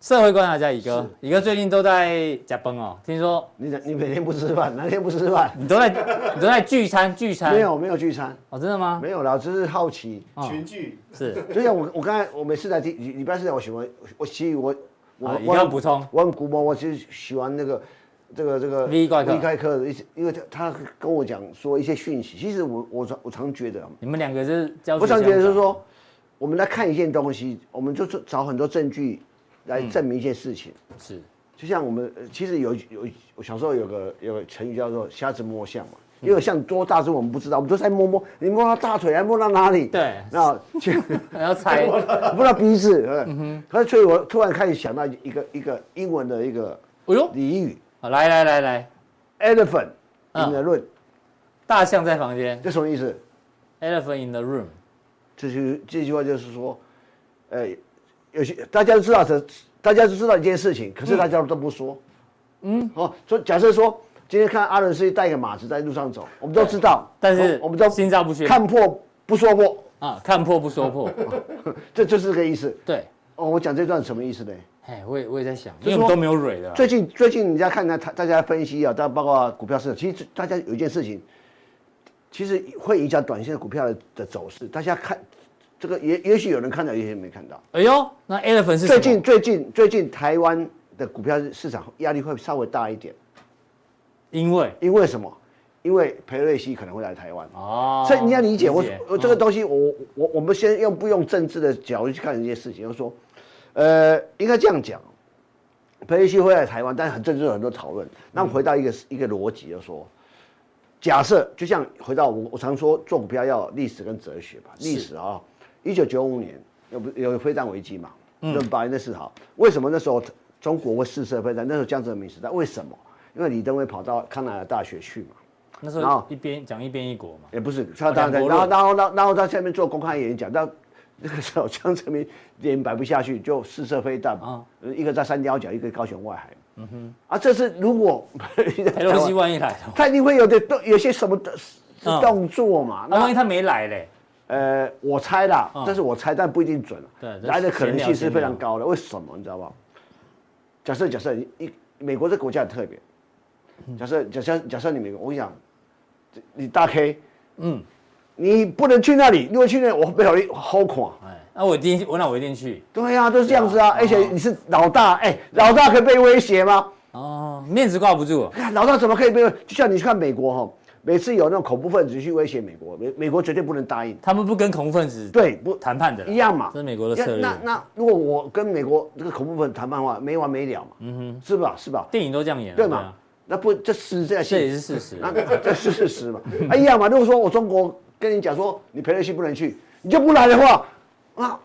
[SPEAKER 1] 社会观察家乙哥，乙哥最近都在加班哦，听说
[SPEAKER 2] 你你每天不吃饭， <laughs> 哪天不吃饭？
[SPEAKER 1] 你都在你都在聚餐聚餐，
[SPEAKER 2] 没有没有聚餐，
[SPEAKER 1] 哦，真的吗？
[SPEAKER 2] 没有啦，只是好奇。
[SPEAKER 1] 哦
[SPEAKER 4] 群聚
[SPEAKER 1] 是
[SPEAKER 2] 就像我我刚才我每次来听礼礼拜四来，我喜欢我其实我我
[SPEAKER 1] 啊一定
[SPEAKER 2] 我
[SPEAKER 1] 要补充
[SPEAKER 2] 我很古某，我其实喜欢那个这个这个
[SPEAKER 1] V 怪客
[SPEAKER 2] 开课的一些，因为他他跟我讲说一些讯息，其实我我常我常觉得，
[SPEAKER 1] 你们两个是交
[SPEAKER 2] 我
[SPEAKER 1] 相
[SPEAKER 2] 常
[SPEAKER 1] 长
[SPEAKER 2] 觉得就是说，我们来看一件东西，我们就找找很多证据来证明一件事情。
[SPEAKER 1] 是
[SPEAKER 2] 就像我们呃其实有有我小时候有个有个成语叫做瞎子摸象嘛，
[SPEAKER 1] 嗯
[SPEAKER 2] 因为像多大只我们不知道，我们都在摸摸，你摸到大腿，还摸到哪里？
[SPEAKER 1] 对
[SPEAKER 2] 那 <laughs> 就
[SPEAKER 1] 还要猜
[SPEAKER 2] <laughs> 摸到鼻子。嗯哼，所以我突然开始想到一个一个英文的一个
[SPEAKER 1] 哎呦，
[SPEAKER 2] 俚语
[SPEAKER 1] 好来来来来，
[SPEAKER 2] ，elephant in
[SPEAKER 1] 嗯
[SPEAKER 2] the room，
[SPEAKER 1] 大象在房间
[SPEAKER 2] 这什么意思？
[SPEAKER 1] ，elephant in the room，
[SPEAKER 2] 这句这句话就是说，呃，有些大家都知道这，大家都知道一件事情，可是大家都不说。嗯，哦，说假设说今天看阿伦斯基带一个马子在路上走，我们都知道，
[SPEAKER 1] <laughs> 但是
[SPEAKER 2] 哦我我们都
[SPEAKER 1] 心照不宣
[SPEAKER 2] 看破不说破，
[SPEAKER 1] 啊，看破不说破， <laughs>
[SPEAKER 2] 这就是这个意思。
[SPEAKER 1] 对，
[SPEAKER 2] 哦，我讲这段什么意思呢？
[SPEAKER 1] 哎，我也我也在想，因
[SPEAKER 2] 是
[SPEAKER 1] 为我们
[SPEAKER 2] 说
[SPEAKER 1] 都没有蕊的啊，
[SPEAKER 2] 最近最近人家看呢，他大家分析啊，大家包括股票市场，其实大家有一件事情，其实会影响短线股票的的走势。大家看这个也也许有人看到，也许没看到。
[SPEAKER 1] 哎呦，那 elephant 是什
[SPEAKER 2] 最
[SPEAKER 1] 么
[SPEAKER 2] 近最近最近台湾的股票市场压力会稍微大一点，
[SPEAKER 1] 因为
[SPEAKER 2] 因为什么？因为裴瑞西可能会来台湾，
[SPEAKER 1] 哦，
[SPEAKER 2] 所以你要理解我我这个
[SPEAKER 1] 嗯
[SPEAKER 2] 东西，我我我们先用不用政治的角度去看这件事情，就是说，呃，应该这样讲，裴瑞西会来台湾，但是很政治有很多讨论。那我们回到一个一个逻辑，就是说，假设就像回到我我常说做股票要有历史跟哲学吧，历史啊，一九九五年有不有非战危机嘛，六八年那是好，为什么那时候中国会四射非战？那时候江泽民时代为什么？因为李登辉跑到康奈尔大学去嘛，
[SPEAKER 1] 那时
[SPEAKER 2] 然
[SPEAKER 1] 候
[SPEAKER 2] 后
[SPEAKER 1] 一边讲一边一国嘛，
[SPEAKER 2] 也不是他当然，
[SPEAKER 1] 两国
[SPEAKER 2] 然后
[SPEAKER 1] 论
[SPEAKER 2] 然后然后然后在下面做公开演讲，到那个时候江泽民脸摆不下去，就四射非战嘛，一个在三貂角，一个高雄外海。嗯哼，啊，这是如果
[SPEAKER 1] 裴
[SPEAKER 2] <laughs>
[SPEAKER 1] 洛西万一来了，
[SPEAKER 2] 他一定会有的动有些什么的
[SPEAKER 1] 嗯
[SPEAKER 2] 动作嘛？
[SPEAKER 1] 那万一
[SPEAKER 2] 那
[SPEAKER 1] 他没来嘞，
[SPEAKER 2] 呃，我猜啦
[SPEAKER 1] 嗯，
[SPEAKER 2] 这是我猜，但不一定准啊
[SPEAKER 1] 对这是
[SPEAKER 2] 来的可能性是非
[SPEAKER 1] 闲聊
[SPEAKER 2] 常高的。为什么你知道吧？假设假设你一美国这国家很特别，
[SPEAKER 1] 嗯
[SPEAKER 2] 假设假设假设你美国，我跟你讲，这你大 K，
[SPEAKER 1] 嗯，
[SPEAKER 2] 你不能去那里，如果去那里我被老你齁垮。
[SPEAKER 1] 哎，那我一定我那我一定去
[SPEAKER 2] 对呀、都是这样子
[SPEAKER 1] 对
[SPEAKER 2] 啊，
[SPEAKER 1] 啊
[SPEAKER 2] 而且你是老大，哎、老大可以被威胁吗？
[SPEAKER 1] 哦，面子挂不住，
[SPEAKER 2] 看老大怎么可以被威？就像你去看美国哈、每次有那种恐怖分子去威胁美国，美美国绝对不能答应。
[SPEAKER 1] 他们不跟恐怖分子
[SPEAKER 2] 对，不
[SPEAKER 1] 谈判的啦
[SPEAKER 2] 一样嘛
[SPEAKER 1] 这是美国的策略。
[SPEAKER 2] 那那如果我跟美国这个恐怖分子谈判的话，没完没了嘛，嗯哼，是吧？是吧？
[SPEAKER 1] 电影都这样演啊，
[SPEAKER 2] 对
[SPEAKER 1] 对
[SPEAKER 2] 嘛
[SPEAKER 1] 啊？
[SPEAKER 2] 那不这实在
[SPEAKER 1] 这也是事实。啊
[SPEAKER 2] 那那这是事实嘛？ <laughs> 啊一样嘛。如果说我中国跟你讲说你佩洛西不能去，你就不来的话，啊，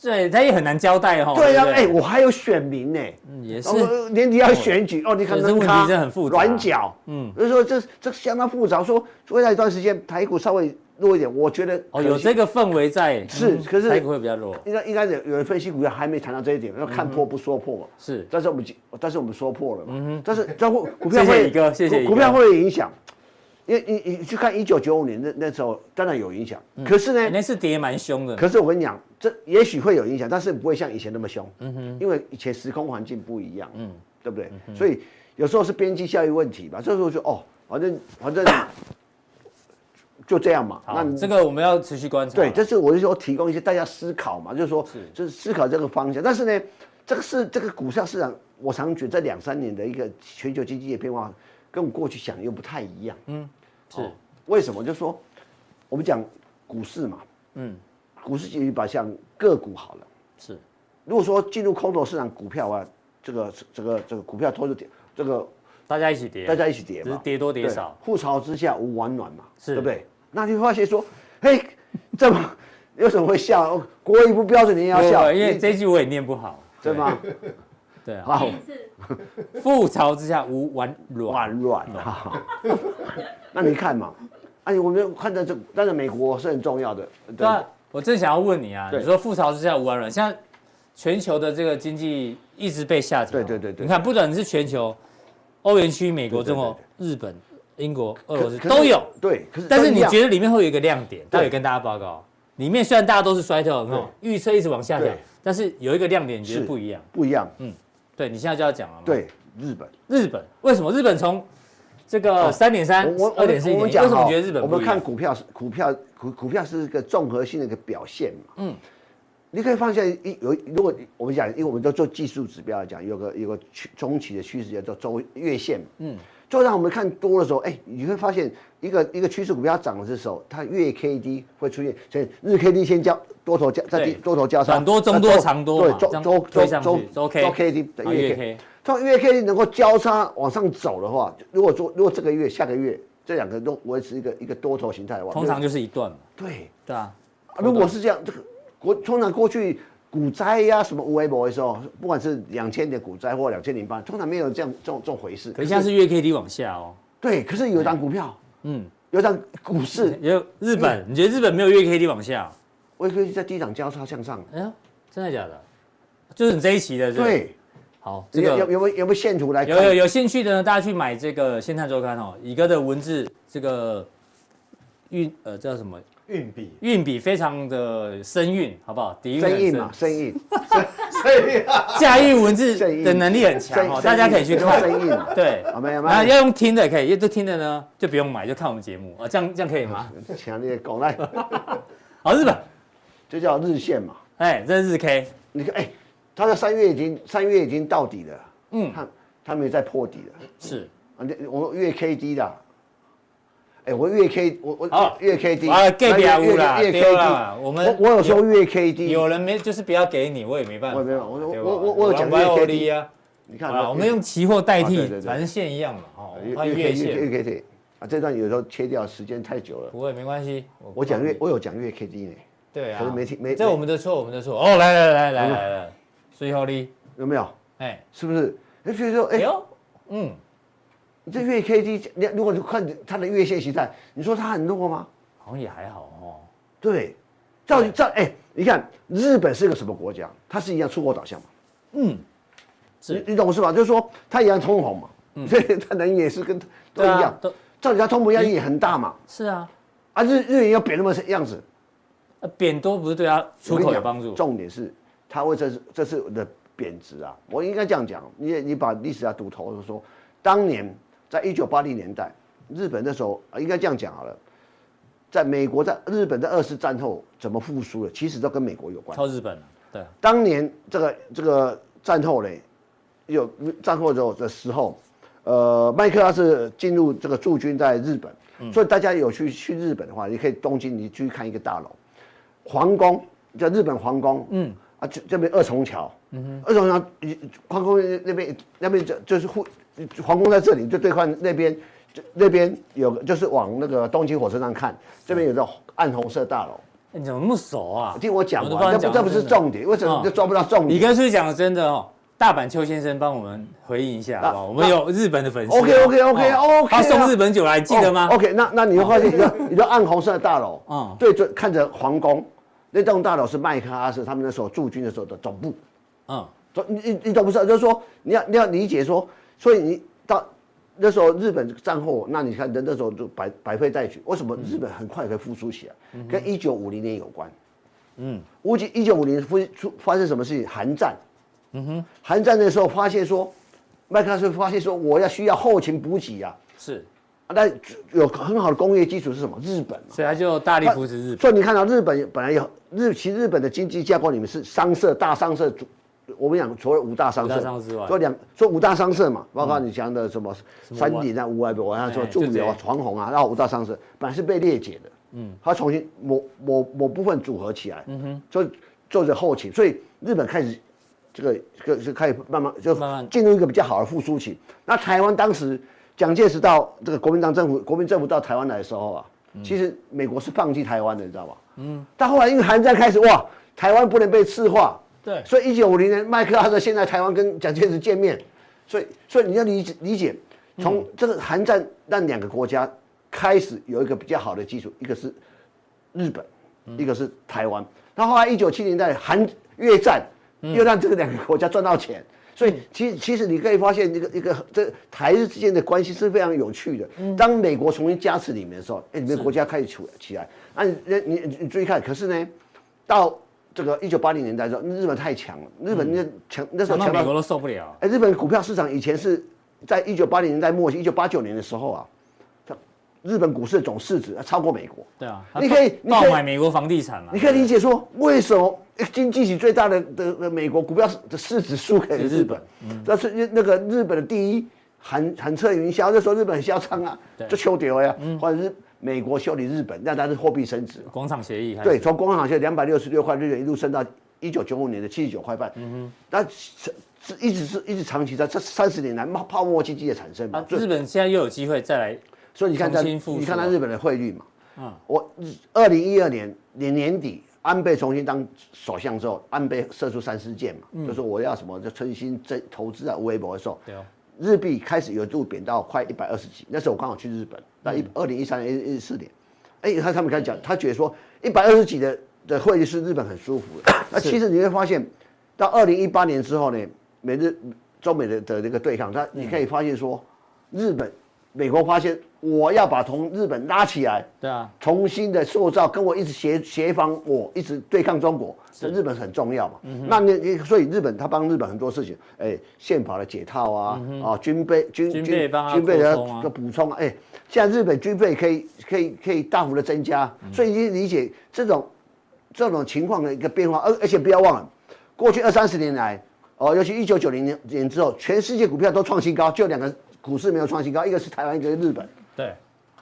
[SPEAKER 1] 对，他也很难交代哈。哦
[SPEAKER 2] 对呀、
[SPEAKER 1] 不
[SPEAKER 2] 哎、我还有选民呢、
[SPEAKER 1] 嗯也是
[SPEAKER 2] 然后年底要选举哦，你看
[SPEAKER 1] 对这问题
[SPEAKER 2] 他
[SPEAKER 1] 真的很复杂
[SPEAKER 2] 软脚，嗯，所以说这这相当复杂。说未来一段时间台股稍微弱一点，我觉得
[SPEAKER 1] 哦，有
[SPEAKER 2] 可惜
[SPEAKER 1] 这个氛围在，
[SPEAKER 2] 是
[SPEAKER 1] 嗯
[SPEAKER 2] 可是
[SPEAKER 1] 台股会比较弱，
[SPEAKER 2] 应该应该有有人分析股票还没谈到这一点，要看破不说破嘛。
[SPEAKER 1] 是
[SPEAKER 2] 但是我们今但是我们说破了嘛。但是但股股
[SPEAKER 1] 谢
[SPEAKER 2] 票
[SPEAKER 1] 嗯谢
[SPEAKER 2] 会
[SPEAKER 1] 宇哥谢谢
[SPEAKER 2] 股
[SPEAKER 1] 宇哥
[SPEAKER 2] 股票会有影响，因为你你你去看一九九五年那那时候当然有影响，可是呢，
[SPEAKER 1] 嗯哎那次跌蛮凶的。
[SPEAKER 2] 哎可是我跟你讲，这也许会有影响，但是不会像以前那么凶。
[SPEAKER 1] 嗯
[SPEAKER 2] 因为以前时空环境不一样，嗯，对不对？所以有时候是边际效益问题吧。这时候就哦，反正
[SPEAKER 1] <coughs>
[SPEAKER 2] 反正就这样嘛。
[SPEAKER 1] 好，
[SPEAKER 2] 你
[SPEAKER 1] 这个我们要持续观察。
[SPEAKER 2] 对，这是我就说提供一些大家思考嘛，就是说就是思考这个方向。但是呢，这个是这个股票市场，我常觉得这两三年的一个全球经济的变化，跟我过去想的又不太一样。
[SPEAKER 1] 嗯
[SPEAKER 2] 哦
[SPEAKER 1] 是
[SPEAKER 2] 为什么？就是说我们讲股市嘛，嗯，股市基于把像个股好了。
[SPEAKER 1] 是，
[SPEAKER 2] 如果说进入空头市场，股票啊，这个这个这个股票投资点，这个
[SPEAKER 1] 大家一起跌，啊
[SPEAKER 2] 大家一起跌
[SPEAKER 1] 只是
[SPEAKER 2] 嘛，
[SPEAKER 1] 跌多跌
[SPEAKER 2] 对
[SPEAKER 1] 少，
[SPEAKER 2] 互潮之下无完卵嘛，
[SPEAKER 1] 是
[SPEAKER 2] 对不对？那你会发现说，嘿，怎么 <laughs> 有什么会笑？国语不标准，你也要
[SPEAKER 1] 不
[SPEAKER 2] 笑，
[SPEAKER 1] 不因为
[SPEAKER 2] 你
[SPEAKER 1] 这一句我也念不好。
[SPEAKER 2] 对吗？
[SPEAKER 1] 对啊，
[SPEAKER 2] 好
[SPEAKER 5] 第，一次
[SPEAKER 1] 覆巢之下无完卵。
[SPEAKER 2] 完卵啊！ <laughs> 那你看嘛，哎，我们看到这，当然美国是很重要的，
[SPEAKER 1] 对啊，我正想要问你啊，
[SPEAKER 2] 对
[SPEAKER 1] 你说覆巢之下无完卵，现在全球的这个经济一直被下调。
[SPEAKER 2] 对对对对
[SPEAKER 1] 你看，不管是全球、欧元区、美国、
[SPEAKER 2] 对对
[SPEAKER 1] 中
[SPEAKER 2] 对
[SPEAKER 1] 国、日本、英国、俄
[SPEAKER 2] 可
[SPEAKER 1] 罗斯
[SPEAKER 2] 可是
[SPEAKER 1] 都有。
[SPEAKER 2] 对，可是啊
[SPEAKER 1] 但是你
[SPEAKER 2] 得
[SPEAKER 1] 觉得里面会有一个亮点，待会跟大家报告。里面虽然大家都是衰退，有没有预测一直往下掉
[SPEAKER 2] 对，
[SPEAKER 1] 但是有一个亮点，你觉得不一样？
[SPEAKER 2] 不一样？
[SPEAKER 1] 对你现在就要讲了嘛。，
[SPEAKER 2] 对，日本。
[SPEAKER 1] 日本为什么日本从这个三点三
[SPEAKER 2] 哦我、我
[SPEAKER 1] 二点四、一点一，
[SPEAKER 2] 我们
[SPEAKER 1] 为
[SPEAKER 2] 讲
[SPEAKER 1] 什么
[SPEAKER 2] 哈
[SPEAKER 1] 你觉得日本
[SPEAKER 2] 我
[SPEAKER 1] 不
[SPEAKER 2] 们
[SPEAKER 1] 一
[SPEAKER 2] 看
[SPEAKER 1] 样？
[SPEAKER 2] 股票是股票股股票是一个综合性的一个表现嘛。嗯，你可以放下一有，如果我们讲，因为我们都做技术指标来讲，有个有个趋中期的趋势叫做周月线。嗯，就让我们看多的时候，哎、你会发现一个一个趋势股票涨的时候，它月 K D 会出现，所以日 K D 先交多头加再低
[SPEAKER 1] 对
[SPEAKER 2] 多头交叉，
[SPEAKER 1] 短多中
[SPEAKER 2] 那
[SPEAKER 1] 多
[SPEAKER 2] 周
[SPEAKER 1] 长多
[SPEAKER 2] 对
[SPEAKER 1] 嘛
[SPEAKER 2] 周
[SPEAKER 1] 这样
[SPEAKER 2] 周
[SPEAKER 1] 推
[SPEAKER 2] 周
[SPEAKER 1] 上
[SPEAKER 2] 周
[SPEAKER 1] 去周 K
[SPEAKER 2] 周 K D 的
[SPEAKER 1] 啊
[SPEAKER 2] 月
[SPEAKER 1] 月
[SPEAKER 2] K
[SPEAKER 1] K。
[SPEAKER 2] 从月 K 能够交叉往上走的话，如果说如果这个月、下个月这两个都维持一个一个多头形态的话，
[SPEAKER 1] 通常就是一段嘛，
[SPEAKER 2] 对。
[SPEAKER 1] 对啊，
[SPEAKER 2] 如果是这样，这个国通常过去股灾呀、什么无为博的时候，不管是两千年股灾或两千零八，通常没有这样这种这种回事。
[SPEAKER 1] 可是现在是月 K D 往下哦。
[SPEAKER 2] 对，可是有一张股票，
[SPEAKER 1] 嗯
[SPEAKER 2] 嗯，有一张股市，
[SPEAKER 1] 也有日
[SPEAKER 2] 嗯
[SPEAKER 1] 本，你觉得日本没有月 K D 往下？哦
[SPEAKER 2] 我可以在低档交叉向上。
[SPEAKER 1] 哎呀，真的假的？就是你这一期的这个，
[SPEAKER 2] 对，
[SPEAKER 1] 好，这个
[SPEAKER 2] 有有有没有有没有线图来看？
[SPEAKER 1] 有有有兴趣的呢，大家去买这个《先探周刊》哦，乙哥的文字这个韵呃叫什么
[SPEAKER 3] 运笔，
[SPEAKER 1] 韵笔非常的深韵，好不好？底蕴
[SPEAKER 2] 生
[SPEAKER 1] 很
[SPEAKER 2] 意
[SPEAKER 1] 深
[SPEAKER 2] 嘛，，生意，
[SPEAKER 3] 所以啊，
[SPEAKER 1] 呃驾驭文字
[SPEAKER 2] 生意
[SPEAKER 1] 的能力很强
[SPEAKER 2] 生
[SPEAKER 1] 哦，
[SPEAKER 2] 意
[SPEAKER 1] 大家可以去看。啊
[SPEAKER 2] 生意嘛，
[SPEAKER 1] 对，
[SPEAKER 2] 好没有没
[SPEAKER 1] 那
[SPEAKER 2] 有，
[SPEAKER 1] 要用听的也可以，要都听的呢就不用买，就看我们节目啊，这样这样可以
[SPEAKER 2] 嗯
[SPEAKER 1] 吗？
[SPEAKER 2] 强烈讲来，
[SPEAKER 1] 好，日本，
[SPEAKER 2] 这叫日线嘛。
[SPEAKER 1] 哎，这是日 K，
[SPEAKER 2] 你看，哎、它在三月已经三月已经到底了，嗯，它它没有再破底了。
[SPEAKER 1] 是
[SPEAKER 2] 啊，你我月 K D 的，哎、我月 K 我
[SPEAKER 1] 好
[SPEAKER 2] 我月 K D，
[SPEAKER 1] 啊隔壁啊有啦
[SPEAKER 2] 月 K
[SPEAKER 1] 对啦
[SPEAKER 2] D，
[SPEAKER 1] 我们
[SPEAKER 2] 我有说月 K D，
[SPEAKER 1] 有人没就是不要给你，我也没办法，
[SPEAKER 2] 我也没有我
[SPEAKER 1] 对吧
[SPEAKER 2] 我我我有讲
[SPEAKER 1] 我要
[SPEAKER 2] 月 K D
[SPEAKER 1] 欧力啊，
[SPEAKER 2] 你看
[SPEAKER 1] 好了，我们用期货代
[SPEAKER 2] 啊
[SPEAKER 1] 替
[SPEAKER 2] 对对，对呃
[SPEAKER 1] 反正线一样嘛，哦，我
[SPEAKER 2] 月
[SPEAKER 1] 换
[SPEAKER 2] 月
[SPEAKER 1] 月
[SPEAKER 2] K
[SPEAKER 1] 线，
[SPEAKER 2] 月 K D 啊，这段有时候切掉，时间太久了。
[SPEAKER 1] 不会没关系，
[SPEAKER 2] 我讲
[SPEAKER 1] 帮
[SPEAKER 2] 月
[SPEAKER 1] 你，
[SPEAKER 2] 我有讲月 K D 呢，
[SPEAKER 1] 对啊，
[SPEAKER 2] 可能没听没嗯
[SPEAKER 1] 这我们的错，我们的错。哦，来来来来来来，最后哩，
[SPEAKER 2] 有没有？
[SPEAKER 1] 哎，
[SPEAKER 2] 是不是？哎，所以说，哎、
[SPEAKER 1] 哎呦，嗯，
[SPEAKER 2] 你这月 K D，你如果你看它的月线形态，你说它很弱吗？
[SPEAKER 1] 好像也还好哦。
[SPEAKER 2] 对，照照哎、你看日本是个什么国家？它是一样出口导向嘛，
[SPEAKER 1] 嗯，是嗯
[SPEAKER 2] 你你懂我是吧？就是说它一样通膨嘛， <laughs> 所以它能也是跟都
[SPEAKER 1] 对
[SPEAKER 2] 一
[SPEAKER 1] 啊
[SPEAKER 2] 样，
[SPEAKER 1] 都
[SPEAKER 2] 照理它通膨压力也很大嘛，
[SPEAKER 1] 是啊，
[SPEAKER 2] 啊日日元要贬那么样子，
[SPEAKER 1] 呃贬多不是对他出
[SPEAKER 2] 我跟
[SPEAKER 1] 口有
[SPEAKER 2] 你讲
[SPEAKER 1] 帮助？
[SPEAKER 2] 重点是它会这次这次的贬值啊，我应该这样讲，你你把历史啊读头就说，当年在一九八零年代，日本那时候啊应该这样讲好了，在美国在日本在二次战后怎么复苏的，其实都跟美国有关。
[SPEAKER 1] 超日本了，对，
[SPEAKER 2] 当年这个这个战后嘞，有战后之后的时候，呃，麦克阿瑟进入这个驻军在日本，
[SPEAKER 1] 嗯
[SPEAKER 2] 所以大家有去去日本的话，你可以东京你去看一个大楼，皇宫叫日本皇宫，嗯，啊这这边二重桥，嗯二重桥一皇宫那边那边就就是护皇宫在这里，就对看那边。就那边有个就是往那个东京火车站看，这边有个暗红色大楼。
[SPEAKER 1] 哎你怎么那么熟啊？
[SPEAKER 2] 听我讲
[SPEAKER 1] 都不知道
[SPEAKER 2] 完，这
[SPEAKER 1] 你
[SPEAKER 2] 不这
[SPEAKER 1] 讲
[SPEAKER 2] 不是
[SPEAKER 1] 真的
[SPEAKER 2] 重点，为什么
[SPEAKER 1] 嗯
[SPEAKER 2] 你就抓不到重点？
[SPEAKER 1] 你跟苏讲真的哦，大阪邱先生帮我们回应一下好不好？
[SPEAKER 2] 啊
[SPEAKER 1] 我们有日本的粉丝哦
[SPEAKER 2] OK，OK，OK，
[SPEAKER 1] 哦
[SPEAKER 2] OK 啊
[SPEAKER 1] 他送日本酒来，记得吗
[SPEAKER 2] 哦？？OK，那哦那你会发现，你就你就暗红色的大楼，
[SPEAKER 1] 嗯
[SPEAKER 2] 对准看着皇宫，那栋大楼是麦克阿瑟他们那时候驻军的时候的总部。
[SPEAKER 1] 嗯，
[SPEAKER 2] 总你你你懂不是？就是说你要你要理解说，所以你到那时候日本战后，那你看人那时候就百百废待举，为什么日本很快可以复苏起来？跟一九五零年有关。嗯，估计一九五零复出发生什么事情？韩战。嗯哼，韩战的时候发现说，麦克阿瑟发现说，我要需要后勤补给啊。
[SPEAKER 1] 是，
[SPEAKER 2] 啊那有很好的工业基础是什么？日本嘛。
[SPEAKER 1] 所以他就大力扶持日本。
[SPEAKER 2] 所以你看到日本本来有日，其实日本的经济架构里面是商社、大商社主，我们讲所谓五大商
[SPEAKER 1] 五
[SPEAKER 2] 社
[SPEAKER 1] 大商社之外，
[SPEAKER 2] 说两说五大商社嘛，包括你讲的什么
[SPEAKER 1] 么
[SPEAKER 2] 山顶啊、五百博啊、
[SPEAKER 1] 哎
[SPEAKER 2] 说
[SPEAKER 1] 就
[SPEAKER 2] 住
[SPEAKER 1] 这
[SPEAKER 2] 流
[SPEAKER 1] 样
[SPEAKER 2] 啊、床红啊，然后五大商社本来是被裂解的，嗯，它重新某某某部分组合起来，嗯哼，就做着后勤，所以日本开始这个这个是开始慢慢就
[SPEAKER 1] 慢慢
[SPEAKER 2] 进入一个比较好的复苏期。那台湾当时蒋介石到这个国民党政府，国民政府到台湾来的时候啊，
[SPEAKER 1] 嗯
[SPEAKER 2] 其实美国是放弃台湾的，你知道吧？嗯。但后来因为韩战开始，哇，台湾不能被赤化，
[SPEAKER 1] 对
[SPEAKER 2] 所以一九五零年麦克阿瑟先在台湾跟蒋介石见面，所以所以你要理解理解，
[SPEAKER 1] 嗯
[SPEAKER 2] 从这个韩战让两个国家开始有一个比较好的基础，一个是日本，一个是台湾。那后来一九七零代韩越战，
[SPEAKER 1] 嗯
[SPEAKER 2] 又让这个两个国家赚到钱。所以其其实你可以发现，一个一个这台日之间的关系是非常有趣的。
[SPEAKER 1] 嗯
[SPEAKER 2] 当美国重新加持你们的时候，哎，你们国家开始起起来。那你你你你注意看，可是呢，到这个一九八零年代的时候，日本太强了，日本那强那时候
[SPEAKER 1] 想嗯到
[SPEAKER 2] 强
[SPEAKER 1] 美
[SPEAKER 2] 到
[SPEAKER 1] 国都受不了，啊
[SPEAKER 2] 哎，日本股票市场以前是在一九八零年代末期、一九八九年的时候啊，它日本股市的总市值啊超过美国。
[SPEAKER 1] 对啊，他
[SPEAKER 2] 你可以
[SPEAKER 1] 爆
[SPEAKER 2] 你可以
[SPEAKER 1] 爆买美国房地产嘛？
[SPEAKER 2] 你可以理解说，为什么经济体最大的的的美国股票的市值输给
[SPEAKER 1] 是日
[SPEAKER 2] 日
[SPEAKER 1] 本嗯
[SPEAKER 2] 本？那是日那个日本的第一韩韩策云霄，那时候日本很嚣张啊
[SPEAKER 1] 对，嗯
[SPEAKER 2] 就修掉呀，或者是美国修理日本，让它的货币升值。
[SPEAKER 1] 广场协议开始
[SPEAKER 2] 对，，从工行现在两百六十六块日元一路升到一九九五年的七十九块半，嗯哼，那是是一直是一直长期在这三十年来泡泡沫经济的产生嘛
[SPEAKER 1] 啊，，日本现在又有机会再来，
[SPEAKER 2] 所以你看它，
[SPEAKER 1] 重新复苏啊
[SPEAKER 2] 你看它日本的汇率嘛，
[SPEAKER 1] 嗯
[SPEAKER 2] 我二零一二年年年底，安倍重新当首相之后，安倍射出三四箭嘛，
[SPEAKER 1] 嗯
[SPEAKER 2] 就说我要什么就春心这投资啊，微博的时候，
[SPEAKER 1] 对哦，
[SPEAKER 2] 日币开始有度贬到快一百二十几，那时候我刚好去日本，那一二零一三年、一四年，哎、他他们跟他讲，他觉得说一百二十几的的汇率是日本很舒服的。那其实你会发现，到二零一八年之后呢，美日中美的的那个对抗，他你可以发现说，日本美国发现我要把从日本拉起来，
[SPEAKER 1] 对啊，
[SPEAKER 2] 重新的塑造，跟我一直协协防我，一直对抗中国，这日本很重要嘛。
[SPEAKER 1] 嗯
[SPEAKER 2] 那你你所以日本他帮日本很多事情，哎，宪法的解套啊，啊，军备军
[SPEAKER 1] 嗯军备帮他
[SPEAKER 2] 军备的
[SPEAKER 1] 扩充啊
[SPEAKER 2] 这补充啊，哎，现在日本军费可以可以可以大幅的增加，
[SPEAKER 1] 嗯
[SPEAKER 2] 所以你理解这种这种情况的一个变化，而而且不要忘了，过去二三十年来，哦，尤其一九九零年年之后，全世界股票都创新高，就两个股市没有创新高，一个是台湾，一个是日本。
[SPEAKER 1] 对，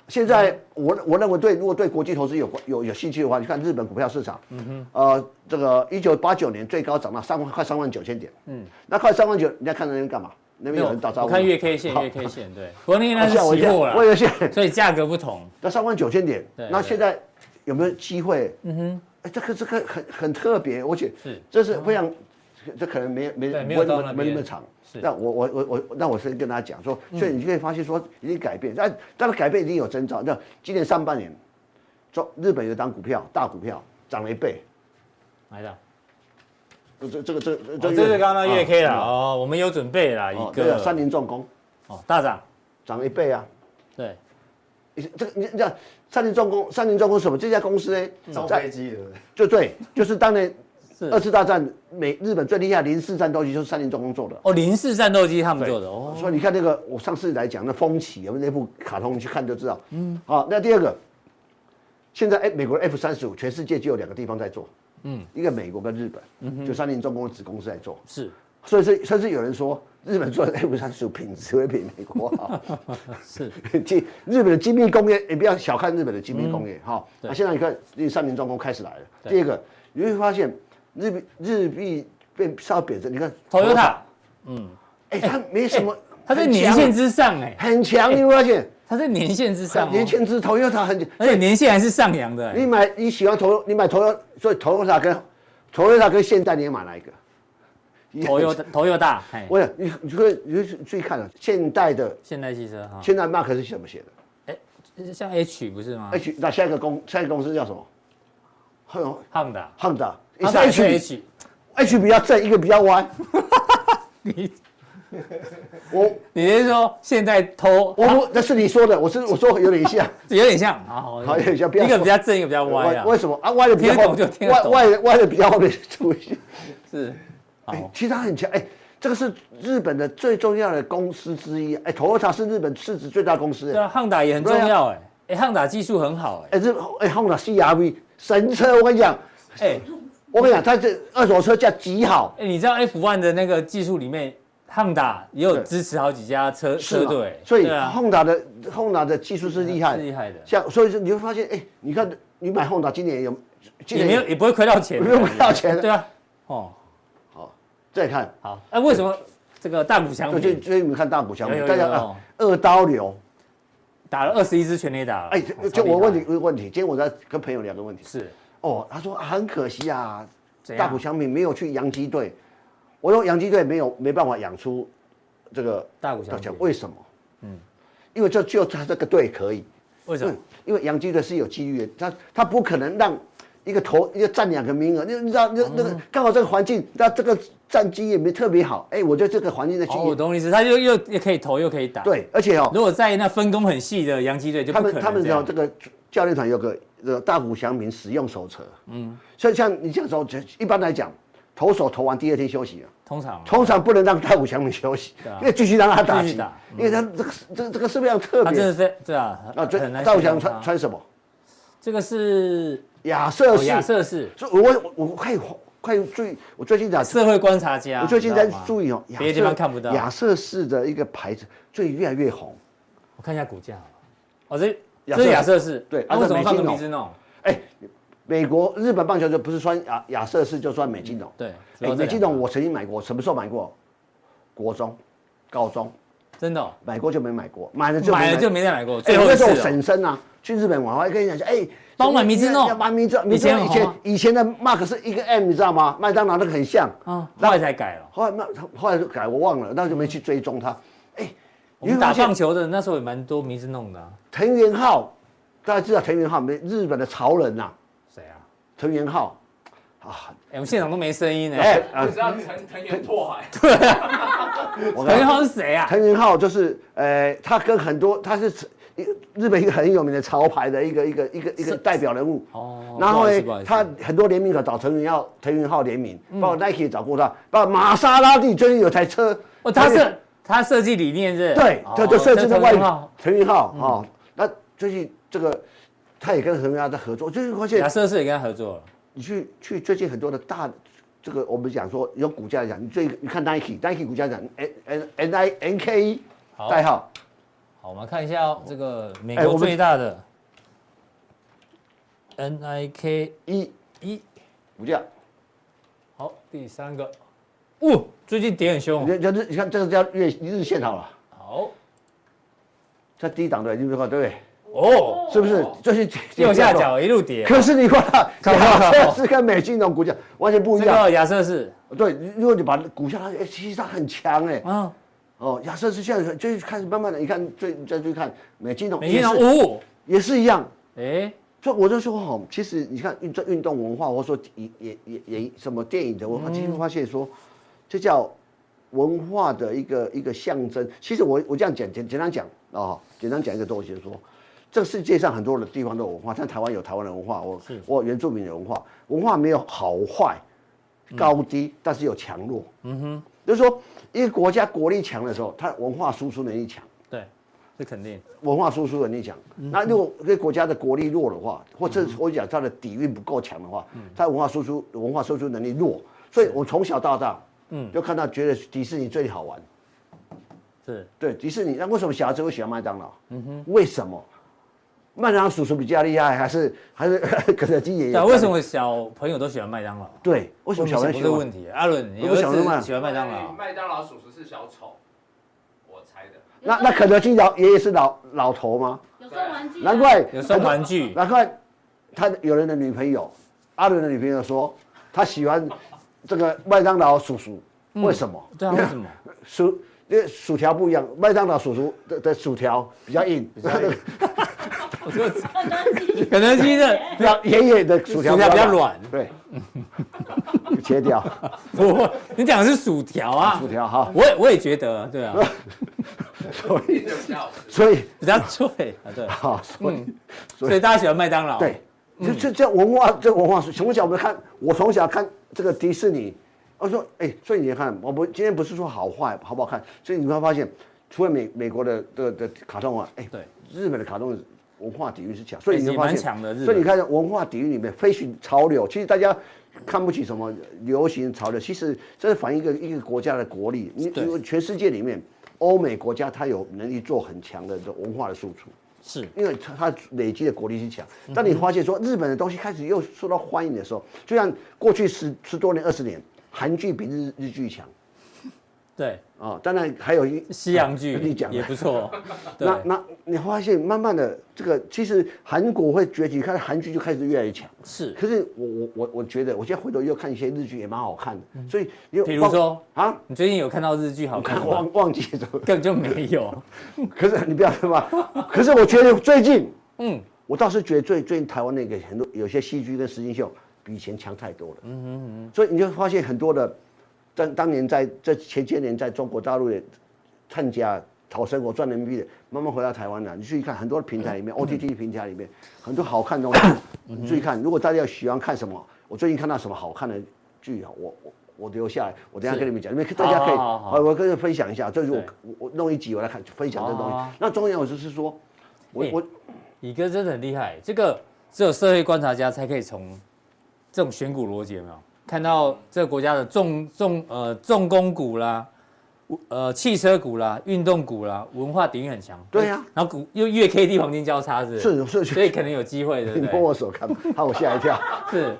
[SPEAKER 2] 现
[SPEAKER 1] 嗯
[SPEAKER 2] 在我我认为对，如果对国际投资有关有有兴趣的话，你看日本股票市场，嗯哼，呃，这个一九八九年最高涨到三万快三万九千点，嗯，那快三万九，你在看那边干嘛？那边有人打招呼
[SPEAKER 1] 我
[SPEAKER 2] 吗，
[SPEAKER 1] 看月 K 线，月 K 线，对，不过那应
[SPEAKER 2] 啊
[SPEAKER 1] 该是
[SPEAKER 2] 吓我一
[SPEAKER 1] 期
[SPEAKER 2] 跳，
[SPEAKER 1] 货
[SPEAKER 2] 我
[SPEAKER 1] 了，
[SPEAKER 2] 有些
[SPEAKER 1] 所以价格不同，
[SPEAKER 2] 那三万九千点
[SPEAKER 1] 对，
[SPEAKER 2] 那
[SPEAKER 1] 对
[SPEAKER 2] 现在有没有机会？嗯哼，哎，这个这个很很特别，而且
[SPEAKER 1] 是嗯
[SPEAKER 2] 这是非常，这可能没没
[SPEAKER 1] 对没
[SPEAKER 2] 没
[SPEAKER 1] 有
[SPEAKER 2] 没
[SPEAKER 1] 到那
[SPEAKER 2] 没那
[SPEAKER 1] 边
[SPEAKER 2] 么长
[SPEAKER 1] 是。
[SPEAKER 2] 那我我我我，那我先跟大家讲说，
[SPEAKER 1] 嗯
[SPEAKER 2] 所以你就可以发现说已经改变，但但是改变已经有征兆。那今年上半年，中日本有一档股票大股票涨了一倍，
[SPEAKER 1] 来的，
[SPEAKER 2] 这这个这这
[SPEAKER 1] 哦，这是刚刚那月 K 啦，
[SPEAKER 2] 啊
[SPEAKER 1] 哦，我们有准备啦，
[SPEAKER 2] 哦
[SPEAKER 1] 一
[SPEAKER 2] 对啊，
[SPEAKER 1] 个
[SPEAKER 2] 三菱重工
[SPEAKER 1] 哦大涨，
[SPEAKER 2] 涨了一倍啊。
[SPEAKER 1] 对，
[SPEAKER 2] 这个你你讲三菱重工，三菱重工是什么？这家公司
[SPEAKER 1] 嗯
[SPEAKER 2] 呢，
[SPEAKER 3] 造
[SPEAKER 2] 在
[SPEAKER 3] 飞机的，
[SPEAKER 2] 就对，就是当年
[SPEAKER 1] 是
[SPEAKER 2] 二次大战，美日本最厉害的零式战斗机就是三菱重工做的。
[SPEAKER 1] 哦，零式战斗机他们做的哦，
[SPEAKER 2] 所以你看那个，我上次来讲那风起，我们那部卡通你去看就知道。嗯，好，那第二个，现在哎，美国的 F 三十五，全世界只有两个地方在做，嗯，一个美国跟日本，
[SPEAKER 1] 嗯
[SPEAKER 2] 就三菱重工的子公司在做，
[SPEAKER 1] 是
[SPEAKER 2] 所以是甚至有人说，日本做的 F 三十五品质会比美国好。 <laughs>
[SPEAKER 1] 是，
[SPEAKER 2] 精日本的精密工业，也不要小看日本的精密工业哈。那、
[SPEAKER 1] 嗯对
[SPEAKER 2] 现在你看，那三菱重工开始来了。
[SPEAKER 1] 对
[SPEAKER 2] 第二个，你会发现日币日币变稍微贬值，你看
[SPEAKER 1] Toyota，嗯
[SPEAKER 2] 哎、它没什么，
[SPEAKER 1] 它在
[SPEAKER 2] 很
[SPEAKER 1] 年
[SPEAKER 2] 强
[SPEAKER 1] 限之上哎，
[SPEAKER 2] 很强，你会发现
[SPEAKER 1] 它在年限之上哦，
[SPEAKER 2] 年轻之 Toyota 很强，
[SPEAKER 1] 而且年限还是上扬的
[SPEAKER 2] 你
[SPEAKER 1] 哎，
[SPEAKER 2] 买你喜欢 Toy，你买 Toy，所以 Toyota 跟 Toyota 跟现代你要
[SPEAKER 1] <laughs>
[SPEAKER 2] 买哪一个
[SPEAKER 1] Toyota Toyota，哎，
[SPEAKER 2] 我想你你会你会注意看啊，现代的
[SPEAKER 1] 现代汽车哈，
[SPEAKER 2] 现代 Mark 是怎么写的？
[SPEAKER 1] 像 H 不是吗
[SPEAKER 2] 哎，那下一个公下一个公司叫什么？哼
[SPEAKER 1] ？Honda，
[SPEAKER 2] ，Honda，
[SPEAKER 1] 它
[SPEAKER 2] 是
[SPEAKER 1] 在
[SPEAKER 2] 哎 H
[SPEAKER 1] 啊 H，
[SPEAKER 2] H 比较正，一个比较弯。
[SPEAKER 1] 你
[SPEAKER 2] 我
[SPEAKER 1] 你是说现在偷
[SPEAKER 2] 我我那是你说的，我是我说有点像，
[SPEAKER 1] 有点像，好
[SPEAKER 2] 好有点像不要
[SPEAKER 1] 一个
[SPEAKER 2] 说
[SPEAKER 1] 比较正，一个比较歪啊
[SPEAKER 2] 为，为什么啊？歪的比较
[SPEAKER 1] 听得懂
[SPEAKER 2] 后
[SPEAKER 1] 就听得
[SPEAKER 2] 歪
[SPEAKER 1] 懂
[SPEAKER 2] 歪的歪的比较后面出现。
[SPEAKER 1] 是，
[SPEAKER 2] 哎
[SPEAKER 1] 好，，
[SPEAKER 2] 其实它很强，哎，这个是日本的最重要的公司之一，哎，Toyota 是日本市值最大公司，
[SPEAKER 1] 对
[SPEAKER 2] 哎
[SPEAKER 1] 啊，Honda 也很重要哎，哎，Honda
[SPEAKER 2] 啊
[SPEAKER 1] 技术很好哎，
[SPEAKER 2] 哎，这哎，Honda CRV 神车，我跟你讲，
[SPEAKER 1] 哎。
[SPEAKER 2] 我跟你讲，它这二手车价极好，
[SPEAKER 1] 哎、你知道 F1 的那个技术里面，Honda 也有
[SPEAKER 2] 对
[SPEAKER 1] 支持好几家车
[SPEAKER 2] 是
[SPEAKER 1] 车
[SPEAKER 2] 嘛
[SPEAKER 1] 队，
[SPEAKER 2] 所以
[SPEAKER 1] 对啊
[SPEAKER 2] Honda 的 Honda 的技术是厉害
[SPEAKER 1] 是厉
[SPEAKER 2] 的，
[SPEAKER 1] 害的，
[SPEAKER 2] 像所以说你会发现，哎，你看你买 Honda 今年有，今
[SPEAKER 1] 也没
[SPEAKER 2] 年
[SPEAKER 1] 有也不会亏到钱，
[SPEAKER 2] 没有亏到钱
[SPEAKER 1] 对啊，哦，
[SPEAKER 2] 好，再看。
[SPEAKER 1] 好，哎、为什么这个大谷翔
[SPEAKER 2] 最近
[SPEAKER 1] 平
[SPEAKER 2] 最近你们看大股相
[SPEAKER 1] 有有哦
[SPEAKER 2] 比，大家
[SPEAKER 1] 有有
[SPEAKER 2] 啊二刀流，
[SPEAKER 1] 打了二十一支全垒打了？
[SPEAKER 2] 哎
[SPEAKER 1] 哦，
[SPEAKER 2] 就我问你，
[SPEAKER 1] 超厉
[SPEAKER 2] 一个问题，今天我在跟朋友聊个问题
[SPEAKER 1] 害，是
[SPEAKER 2] 哦，他说啊很可惜啊，
[SPEAKER 1] 怎
[SPEAKER 2] 大股
[SPEAKER 1] 样？
[SPEAKER 2] 相比没有去洋基队，我说洋基队没有没办法养出这个
[SPEAKER 1] 大谷翔
[SPEAKER 2] 大
[SPEAKER 1] 平
[SPEAKER 2] 为什么？嗯，因为就只有他这个队可以，
[SPEAKER 1] 为什么
[SPEAKER 2] 嗯？因为洋基队是有机遇的，他他不可能让一个投一个占两个名额，你你知道那那
[SPEAKER 1] 哦
[SPEAKER 2] 个刚好这个环境，那这个战绩也没特别好，哎，我觉得这个环境的机
[SPEAKER 1] 哦，我
[SPEAKER 2] 遇，
[SPEAKER 1] 懂你意思，他就又又可以投又可以打。，
[SPEAKER 2] 对，而且哦，
[SPEAKER 1] 如果在那分工很细的洋基队，就不
[SPEAKER 2] 他
[SPEAKER 1] 可
[SPEAKER 2] 们
[SPEAKER 1] 能
[SPEAKER 2] 他们
[SPEAKER 1] 这
[SPEAKER 2] 有
[SPEAKER 1] 样
[SPEAKER 2] 这个教练团有个这个大谷翔平使用手册，嗯，所以像你这样说，就一般来讲，投手投完第二天休息啊，
[SPEAKER 1] 通常
[SPEAKER 2] 通常不能让大谷翔平休息
[SPEAKER 1] 对啊，
[SPEAKER 2] 因为继续让他打
[SPEAKER 1] 继
[SPEAKER 2] 击
[SPEAKER 1] 续打，
[SPEAKER 2] 因为他这个这个这个是非常特
[SPEAKER 1] 他真的是
[SPEAKER 2] 别
[SPEAKER 1] 非对啊，
[SPEAKER 2] 啊，
[SPEAKER 1] 很
[SPEAKER 2] 这
[SPEAKER 1] 难
[SPEAKER 2] 大谷
[SPEAKER 1] 形
[SPEAKER 2] 翔
[SPEAKER 1] 容
[SPEAKER 2] 穿
[SPEAKER 1] 他
[SPEAKER 2] 穿什么
[SPEAKER 1] 这个是
[SPEAKER 2] 亚瑟
[SPEAKER 1] 哦亚
[SPEAKER 2] 士，
[SPEAKER 1] 瑟士
[SPEAKER 2] 所以我我我我快快注意，我最近在
[SPEAKER 1] 社会观察家，
[SPEAKER 2] 我最近
[SPEAKER 1] 啊你知
[SPEAKER 2] 在
[SPEAKER 1] 道吗
[SPEAKER 2] 注意哦，亚
[SPEAKER 1] 别的地
[SPEAKER 2] 瑟
[SPEAKER 1] 方看不到
[SPEAKER 2] 亚瑟士的一个牌子最越来越红，
[SPEAKER 1] 我看一下股价好了。哦，这这
[SPEAKER 2] 亚瑟
[SPEAKER 1] 是亚瑟士，
[SPEAKER 2] 对
[SPEAKER 1] 啊，
[SPEAKER 2] 按照
[SPEAKER 1] 为什么放个
[SPEAKER 2] 美金哦
[SPEAKER 1] 迷之弄？
[SPEAKER 2] 哎。美国、日本棒球就不是穿啊亚亚瑟士，就穿美津浓。
[SPEAKER 1] 对，
[SPEAKER 2] 哎、
[SPEAKER 1] 美
[SPEAKER 2] 美
[SPEAKER 1] 金
[SPEAKER 2] 津浓我曾经买过，什么时候买过？国中、高中
[SPEAKER 1] 真的哦，
[SPEAKER 2] 买过就没买过，买了就没
[SPEAKER 1] 买了就
[SPEAKER 2] 买。
[SPEAKER 1] 没再买过。
[SPEAKER 2] 哎、
[SPEAKER 1] 最后
[SPEAKER 2] 我
[SPEAKER 1] 一
[SPEAKER 2] 那时
[SPEAKER 1] 次
[SPEAKER 2] 候我
[SPEAKER 1] 哦，
[SPEAKER 2] 婶婶啊，去日本玩，我还跟你讲说，哎、
[SPEAKER 1] 帮我买迷之
[SPEAKER 2] 诺，
[SPEAKER 1] 诺
[SPEAKER 2] 要买迷之迷
[SPEAKER 1] 以
[SPEAKER 2] 之
[SPEAKER 1] 前
[SPEAKER 2] 诺。
[SPEAKER 1] 很
[SPEAKER 2] 以前
[SPEAKER 1] 红啊
[SPEAKER 2] 以前的 mark 是一个 M，你知道吗？麦当劳那个很像。
[SPEAKER 1] 啊，后来才改了。
[SPEAKER 2] 后来那后来就改，我忘了，那就没去追踪它。哎、
[SPEAKER 1] 我
[SPEAKER 2] 你
[SPEAKER 1] 们
[SPEAKER 2] 会
[SPEAKER 1] 打
[SPEAKER 2] 发现
[SPEAKER 1] 棒球的那时候也蛮多迷之弄的啊，
[SPEAKER 2] 藤原浩，大家知道藤原浩没？日本的潮人呐、
[SPEAKER 1] 谁啊？
[SPEAKER 2] 藤原浩啊，
[SPEAKER 1] 哎，我们现场都没声音呢。
[SPEAKER 2] 哎、
[SPEAKER 1] 哎，
[SPEAKER 2] 啊
[SPEAKER 4] 不，知道藤藤原拓海，
[SPEAKER 2] <laughs> 我
[SPEAKER 1] 陈浩是谁啊？
[SPEAKER 2] 藤原浩就是，呃，他跟很多他是一个日本一个很有名的潮牌的一个一个一个一个代表人物。
[SPEAKER 1] 哦
[SPEAKER 2] 然后
[SPEAKER 1] 不好
[SPEAKER 2] 呢，
[SPEAKER 1] 意思不好嗯
[SPEAKER 2] 他
[SPEAKER 1] 意思
[SPEAKER 2] 很多联名可找藤原浩、藤原浩联名，包括 Nike 也找过他，包括玛莎拉蒂最近有台车，
[SPEAKER 1] 哦，他
[SPEAKER 2] 藤原
[SPEAKER 1] 是他设计理念是？
[SPEAKER 2] 对，
[SPEAKER 1] 哦
[SPEAKER 2] 他就设计的外
[SPEAKER 1] 这同号
[SPEAKER 2] 藤
[SPEAKER 1] 嗯
[SPEAKER 2] 原浩啊。那最近这个他也跟藤原浩在合作，就是发现
[SPEAKER 1] 亚瑟士也跟他合作了。
[SPEAKER 2] 你去去最近很多的大，这个我们讲说有股价来讲，你最你看 Nike，Nike 股价讲 N N N I N K E
[SPEAKER 1] 好
[SPEAKER 2] 代号，
[SPEAKER 1] 好，我们看一下哦这个美
[SPEAKER 2] 哎我
[SPEAKER 1] 国
[SPEAKER 2] 们
[SPEAKER 1] 最大的 N I K
[SPEAKER 2] 一
[SPEAKER 1] 一，
[SPEAKER 2] ，E，股价。
[SPEAKER 1] 好，第三个，哦，最近跌很凶哦。
[SPEAKER 2] 你看，你看这个叫月日线好了，
[SPEAKER 1] 好
[SPEAKER 2] 在低档的，你们看对不对？
[SPEAKER 1] 哦，
[SPEAKER 2] 是不是？就是
[SPEAKER 1] 右下。角一路跌。
[SPEAKER 2] 可是你看
[SPEAKER 1] <laughs>
[SPEAKER 2] 它，
[SPEAKER 1] 看不到
[SPEAKER 2] 这是跟美金融股价完全不一
[SPEAKER 1] 这
[SPEAKER 2] 样。
[SPEAKER 1] 个亚瑟士，
[SPEAKER 2] 对，如果你把股价，哎，其实它很强哎。
[SPEAKER 1] 啊，
[SPEAKER 2] 哦，亚瑟士现在就是开始慢慢的，你看最再去看美金融，
[SPEAKER 1] 美金哦融
[SPEAKER 2] 也是
[SPEAKER 1] 五，
[SPEAKER 2] 也是一样。
[SPEAKER 1] 哎，
[SPEAKER 2] 所以我就说哈，其实你看运这运动文化，或者说演演演演什么电影的文化，其实发现说，这叫文化的一个一个象征。其实我我这样简简简单讲啊、简单讲一个东西就是说，这个世界上很多的地方都有文化，像台湾有台湾的文化，我
[SPEAKER 1] 是
[SPEAKER 2] 我有原住民的文化，文化没有好坏高低，但是有强弱。嗯哼，就是说一个国家国力强的时候，它文化输出能力强。
[SPEAKER 1] 对，这肯定。
[SPEAKER 2] 文化输出的，你讲，
[SPEAKER 1] 嗯
[SPEAKER 2] 那如果一个国家的国力弱的话，或者是我讲它的底蕴不够强的话，
[SPEAKER 1] 嗯
[SPEAKER 2] 它文化输出文化输出能力弱，所以我从小到大，嗯，就看到觉得迪士尼最好玩。
[SPEAKER 1] 是，
[SPEAKER 2] 对，迪士尼，那为什么小孩子会喜欢麦当劳？嗯哼，为什么？麦当劳叔叔比较厉害，还是 <laughs> 还是肯德基爷爷？
[SPEAKER 1] 对啊，为什？么小朋友都喜欢麦当劳？
[SPEAKER 2] 对，为什么小
[SPEAKER 1] 我
[SPEAKER 2] 朋
[SPEAKER 1] 没想过这
[SPEAKER 2] 友喜
[SPEAKER 1] 个
[SPEAKER 2] 欢
[SPEAKER 1] 问？题？啊阿伦，你
[SPEAKER 2] 我
[SPEAKER 1] 儿
[SPEAKER 2] 不想问
[SPEAKER 1] 子
[SPEAKER 2] 麦
[SPEAKER 1] 喜欢麦当劳？
[SPEAKER 4] 麦当劳属实是小丑，我猜的。
[SPEAKER 2] 那那肯德基老爷爷是老老头吗？
[SPEAKER 5] 有送玩具啊，
[SPEAKER 2] 难怪
[SPEAKER 1] 有送玩具，
[SPEAKER 2] <laughs> 难怪他有人的女朋友，阿伦的女朋友说，他喜欢这个麦当劳叔叔，为什么？
[SPEAKER 1] 对啊，为
[SPEAKER 2] <laughs>
[SPEAKER 1] 什么？
[SPEAKER 2] 薯因为薯条不一样，麦当劳叔叔的的薯条比较硬，比较硬，
[SPEAKER 1] 我就
[SPEAKER 5] 肯德基，
[SPEAKER 1] 肯德基的
[SPEAKER 2] <laughs> 比较爷爷的薯条
[SPEAKER 1] 薯条比较软
[SPEAKER 2] 对，切掉
[SPEAKER 1] <laughs> 不会，你讲的是薯条
[SPEAKER 2] <laughs>
[SPEAKER 1] 啊
[SPEAKER 2] 薯，条哈，
[SPEAKER 1] 我也我也觉得，对啊，
[SPEAKER 2] <laughs> 所
[SPEAKER 4] 一
[SPEAKER 2] 以
[SPEAKER 4] 直比较好吃。
[SPEAKER 2] 所以 <laughs>
[SPEAKER 1] 比较脆啊，对，
[SPEAKER 2] 哈，所以
[SPEAKER 1] 所以大家喜欢麦当劳，
[SPEAKER 2] 对，这
[SPEAKER 1] 嗯
[SPEAKER 2] 这这文化这文化，从小我们看，我从小看这个迪士尼，我说哎，所以你看，我不今天不是说好坏好不好看，所以你会发现，除了美美国的的的卡通啊，哎，
[SPEAKER 1] 对，
[SPEAKER 2] 日本的卡通文化底蕴是强，所以
[SPEAKER 1] 哎
[SPEAKER 2] 你会
[SPEAKER 1] 也
[SPEAKER 2] 发
[SPEAKER 1] 蛮
[SPEAKER 2] 现，
[SPEAKER 1] 强的日
[SPEAKER 2] 所以你
[SPEAKER 1] 本
[SPEAKER 2] 看文化底蕴里面，非行潮流，其实大家看不起什么流行潮流，其实这是反映一个一个国家的国力。你
[SPEAKER 1] 对
[SPEAKER 2] 因为全世界里面，欧美国家它有能力做很强的这文化的输出。
[SPEAKER 1] 是
[SPEAKER 2] 因为它它累积的国力是强。当你发现说日本的东西开始又受到欢迎的时候，就像过去十十多年、二十年，韩剧比日日剧强
[SPEAKER 1] 对，
[SPEAKER 2] 啊、当然还有一
[SPEAKER 1] 西洋剧
[SPEAKER 2] 你讲的
[SPEAKER 1] 也不错，对
[SPEAKER 2] <laughs> 那，那你发现慢慢的这个其实韩国会崛起，看韩剧就开始越来越强。
[SPEAKER 1] 是，
[SPEAKER 2] 可是我我我我觉得，我现在回头又看一些日剧也蛮好看的，所以你有
[SPEAKER 1] 嗯比如
[SPEAKER 2] 忘
[SPEAKER 1] 说
[SPEAKER 2] 啊，
[SPEAKER 1] 你最近有看到日剧好
[SPEAKER 2] 我
[SPEAKER 1] 看
[SPEAKER 2] 看
[SPEAKER 1] 吗？
[SPEAKER 2] <laughs> 忘忘记了，
[SPEAKER 1] 根本就没有，
[SPEAKER 2] <laughs> 可是你不要说嘛， <laughs> 可是我觉得最近
[SPEAKER 1] 嗯，
[SPEAKER 2] 我倒是觉得最最近台湾那个很多有些戏剧跟实境秀比以前强太多了。嗯嗯嗯。所以你就发现很多的，当当年在这前些年在中国大陆也参加讨生活赚人民币的，慢慢回到台湾了。你去看很多平台里
[SPEAKER 1] 嗯
[SPEAKER 2] 面、OTT 平台里面很多好看的东西，你注意看。如果大家喜欢看什么，我最近看到什么好看的剧啊，我我。我留下来，我等一下跟你们讲，你们大家可以，
[SPEAKER 1] 好好好好
[SPEAKER 2] 我我跟你们分享一下，就是我
[SPEAKER 1] 对
[SPEAKER 2] 我我弄一集我来看分享这东
[SPEAKER 1] 好
[SPEAKER 2] 西
[SPEAKER 1] 啊。
[SPEAKER 2] 那重要就是说，我
[SPEAKER 1] 哎
[SPEAKER 2] 我
[SPEAKER 1] 乙哥真的很厉害，这个只有社会观察家才可以从这种选股逻辑有没有看到这个国家的重重呃重工股啦，呃汽车股啦、运动股啦，文化底蕴很强。
[SPEAKER 2] 对啊呀
[SPEAKER 1] 然后股又月 K D 黄金交叉是，
[SPEAKER 2] 是是是
[SPEAKER 1] 所以可能有机会，对
[SPEAKER 2] <laughs> 你
[SPEAKER 1] 不
[SPEAKER 2] 摸
[SPEAKER 1] 对？
[SPEAKER 2] 我手干嘛？把我吓一
[SPEAKER 1] <laughs>
[SPEAKER 2] 跳。 <laughs>
[SPEAKER 1] 是，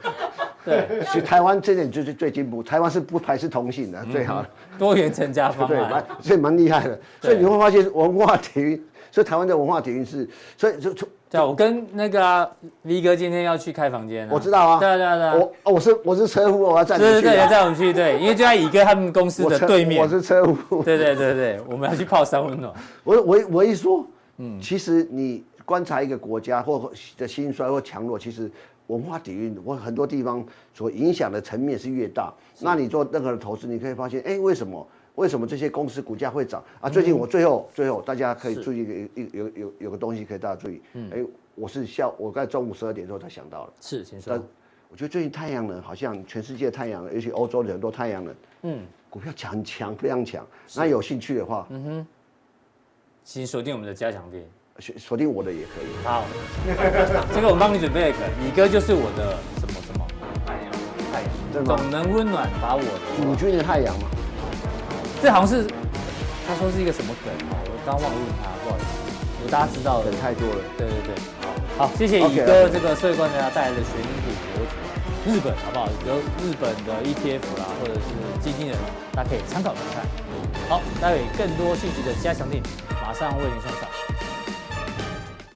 [SPEAKER 1] 对，
[SPEAKER 2] 其实台湾这点就是最进步，台湾是不排斥同性的，最好的，
[SPEAKER 1] <laughs> 多元成家方
[SPEAKER 2] 对，
[SPEAKER 1] 案
[SPEAKER 2] 蛮，所以蛮厉害的。所以
[SPEAKER 1] 对
[SPEAKER 2] 你会发现文化体育，所以台湾的文化体育是，所以就就
[SPEAKER 1] 对啊，我跟那个啊 V 哥今天要去开房间啊，
[SPEAKER 2] 我知道啊
[SPEAKER 1] 对啊对啊对啊，
[SPEAKER 2] 我哦我是我是车夫，我要站
[SPEAKER 1] 对对
[SPEAKER 2] 进去
[SPEAKER 1] 对，
[SPEAKER 2] 啊。
[SPEAKER 1] 带我们去，对，因为就在乙哥他们公司
[SPEAKER 2] 我
[SPEAKER 1] 的
[SPEAKER 2] 车
[SPEAKER 1] 对面，
[SPEAKER 2] 我是车夫。
[SPEAKER 1] 对对对对，我们要去泡三温暖。
[SPEAKER 2] 我我我一说，嗯，其实你观察一个国家或的兴衰或强弱，其实文化底蕴或很多地方所影响的层面是越大。那你做任何的投资，你可以发现，哎、为什么？为什么这些公司股价会涨啊？最近我最后最后大家可以注意一个一有有有个东西可以大家注意，哎、我是下午我在中午十二点的时候才想到了，
[SPEAKER 1] 是，请说
[SPEAKER 2] 但。我觉得最近太阳能好像全世界太阳能，尤其欧洲的很多太阳能，嗯，股票强很强非常强。那有兴趣的话，
[SPEAKER 1] 请锁定我们的加强店。
[SPEAKER 2] 锁锁定我的也可以。
[SPEAKER 1] 好，这个我们帮你准备了一个，你哥就是我的什么什么
[SPEAKER 4] 哎呀，
[SPEAKER 1] 太阳，
[SPEAKER 2] 真的吗
[SPEAKER 1] 总能温暖把我的。
[SPEAKER 2] 主君的太阳嘛，
[SPEAKER 1] 这好像是他说是一个什么梗哦，我刚忘了问他，不好意思，有大家知道的
[SPEAKER 2] 梗。太多了。
[SPEAKER 1] 对对对，好，好，谢谢
[SPEAKER 2] OK，
[SPEAKER 1] 乙哥这个社会观察家带来的选股博主，日本好不好？有日本的 ETF 啦，或者是基金人，大家可以参考看看。好，待会更多讯息的加强定马上为您送上。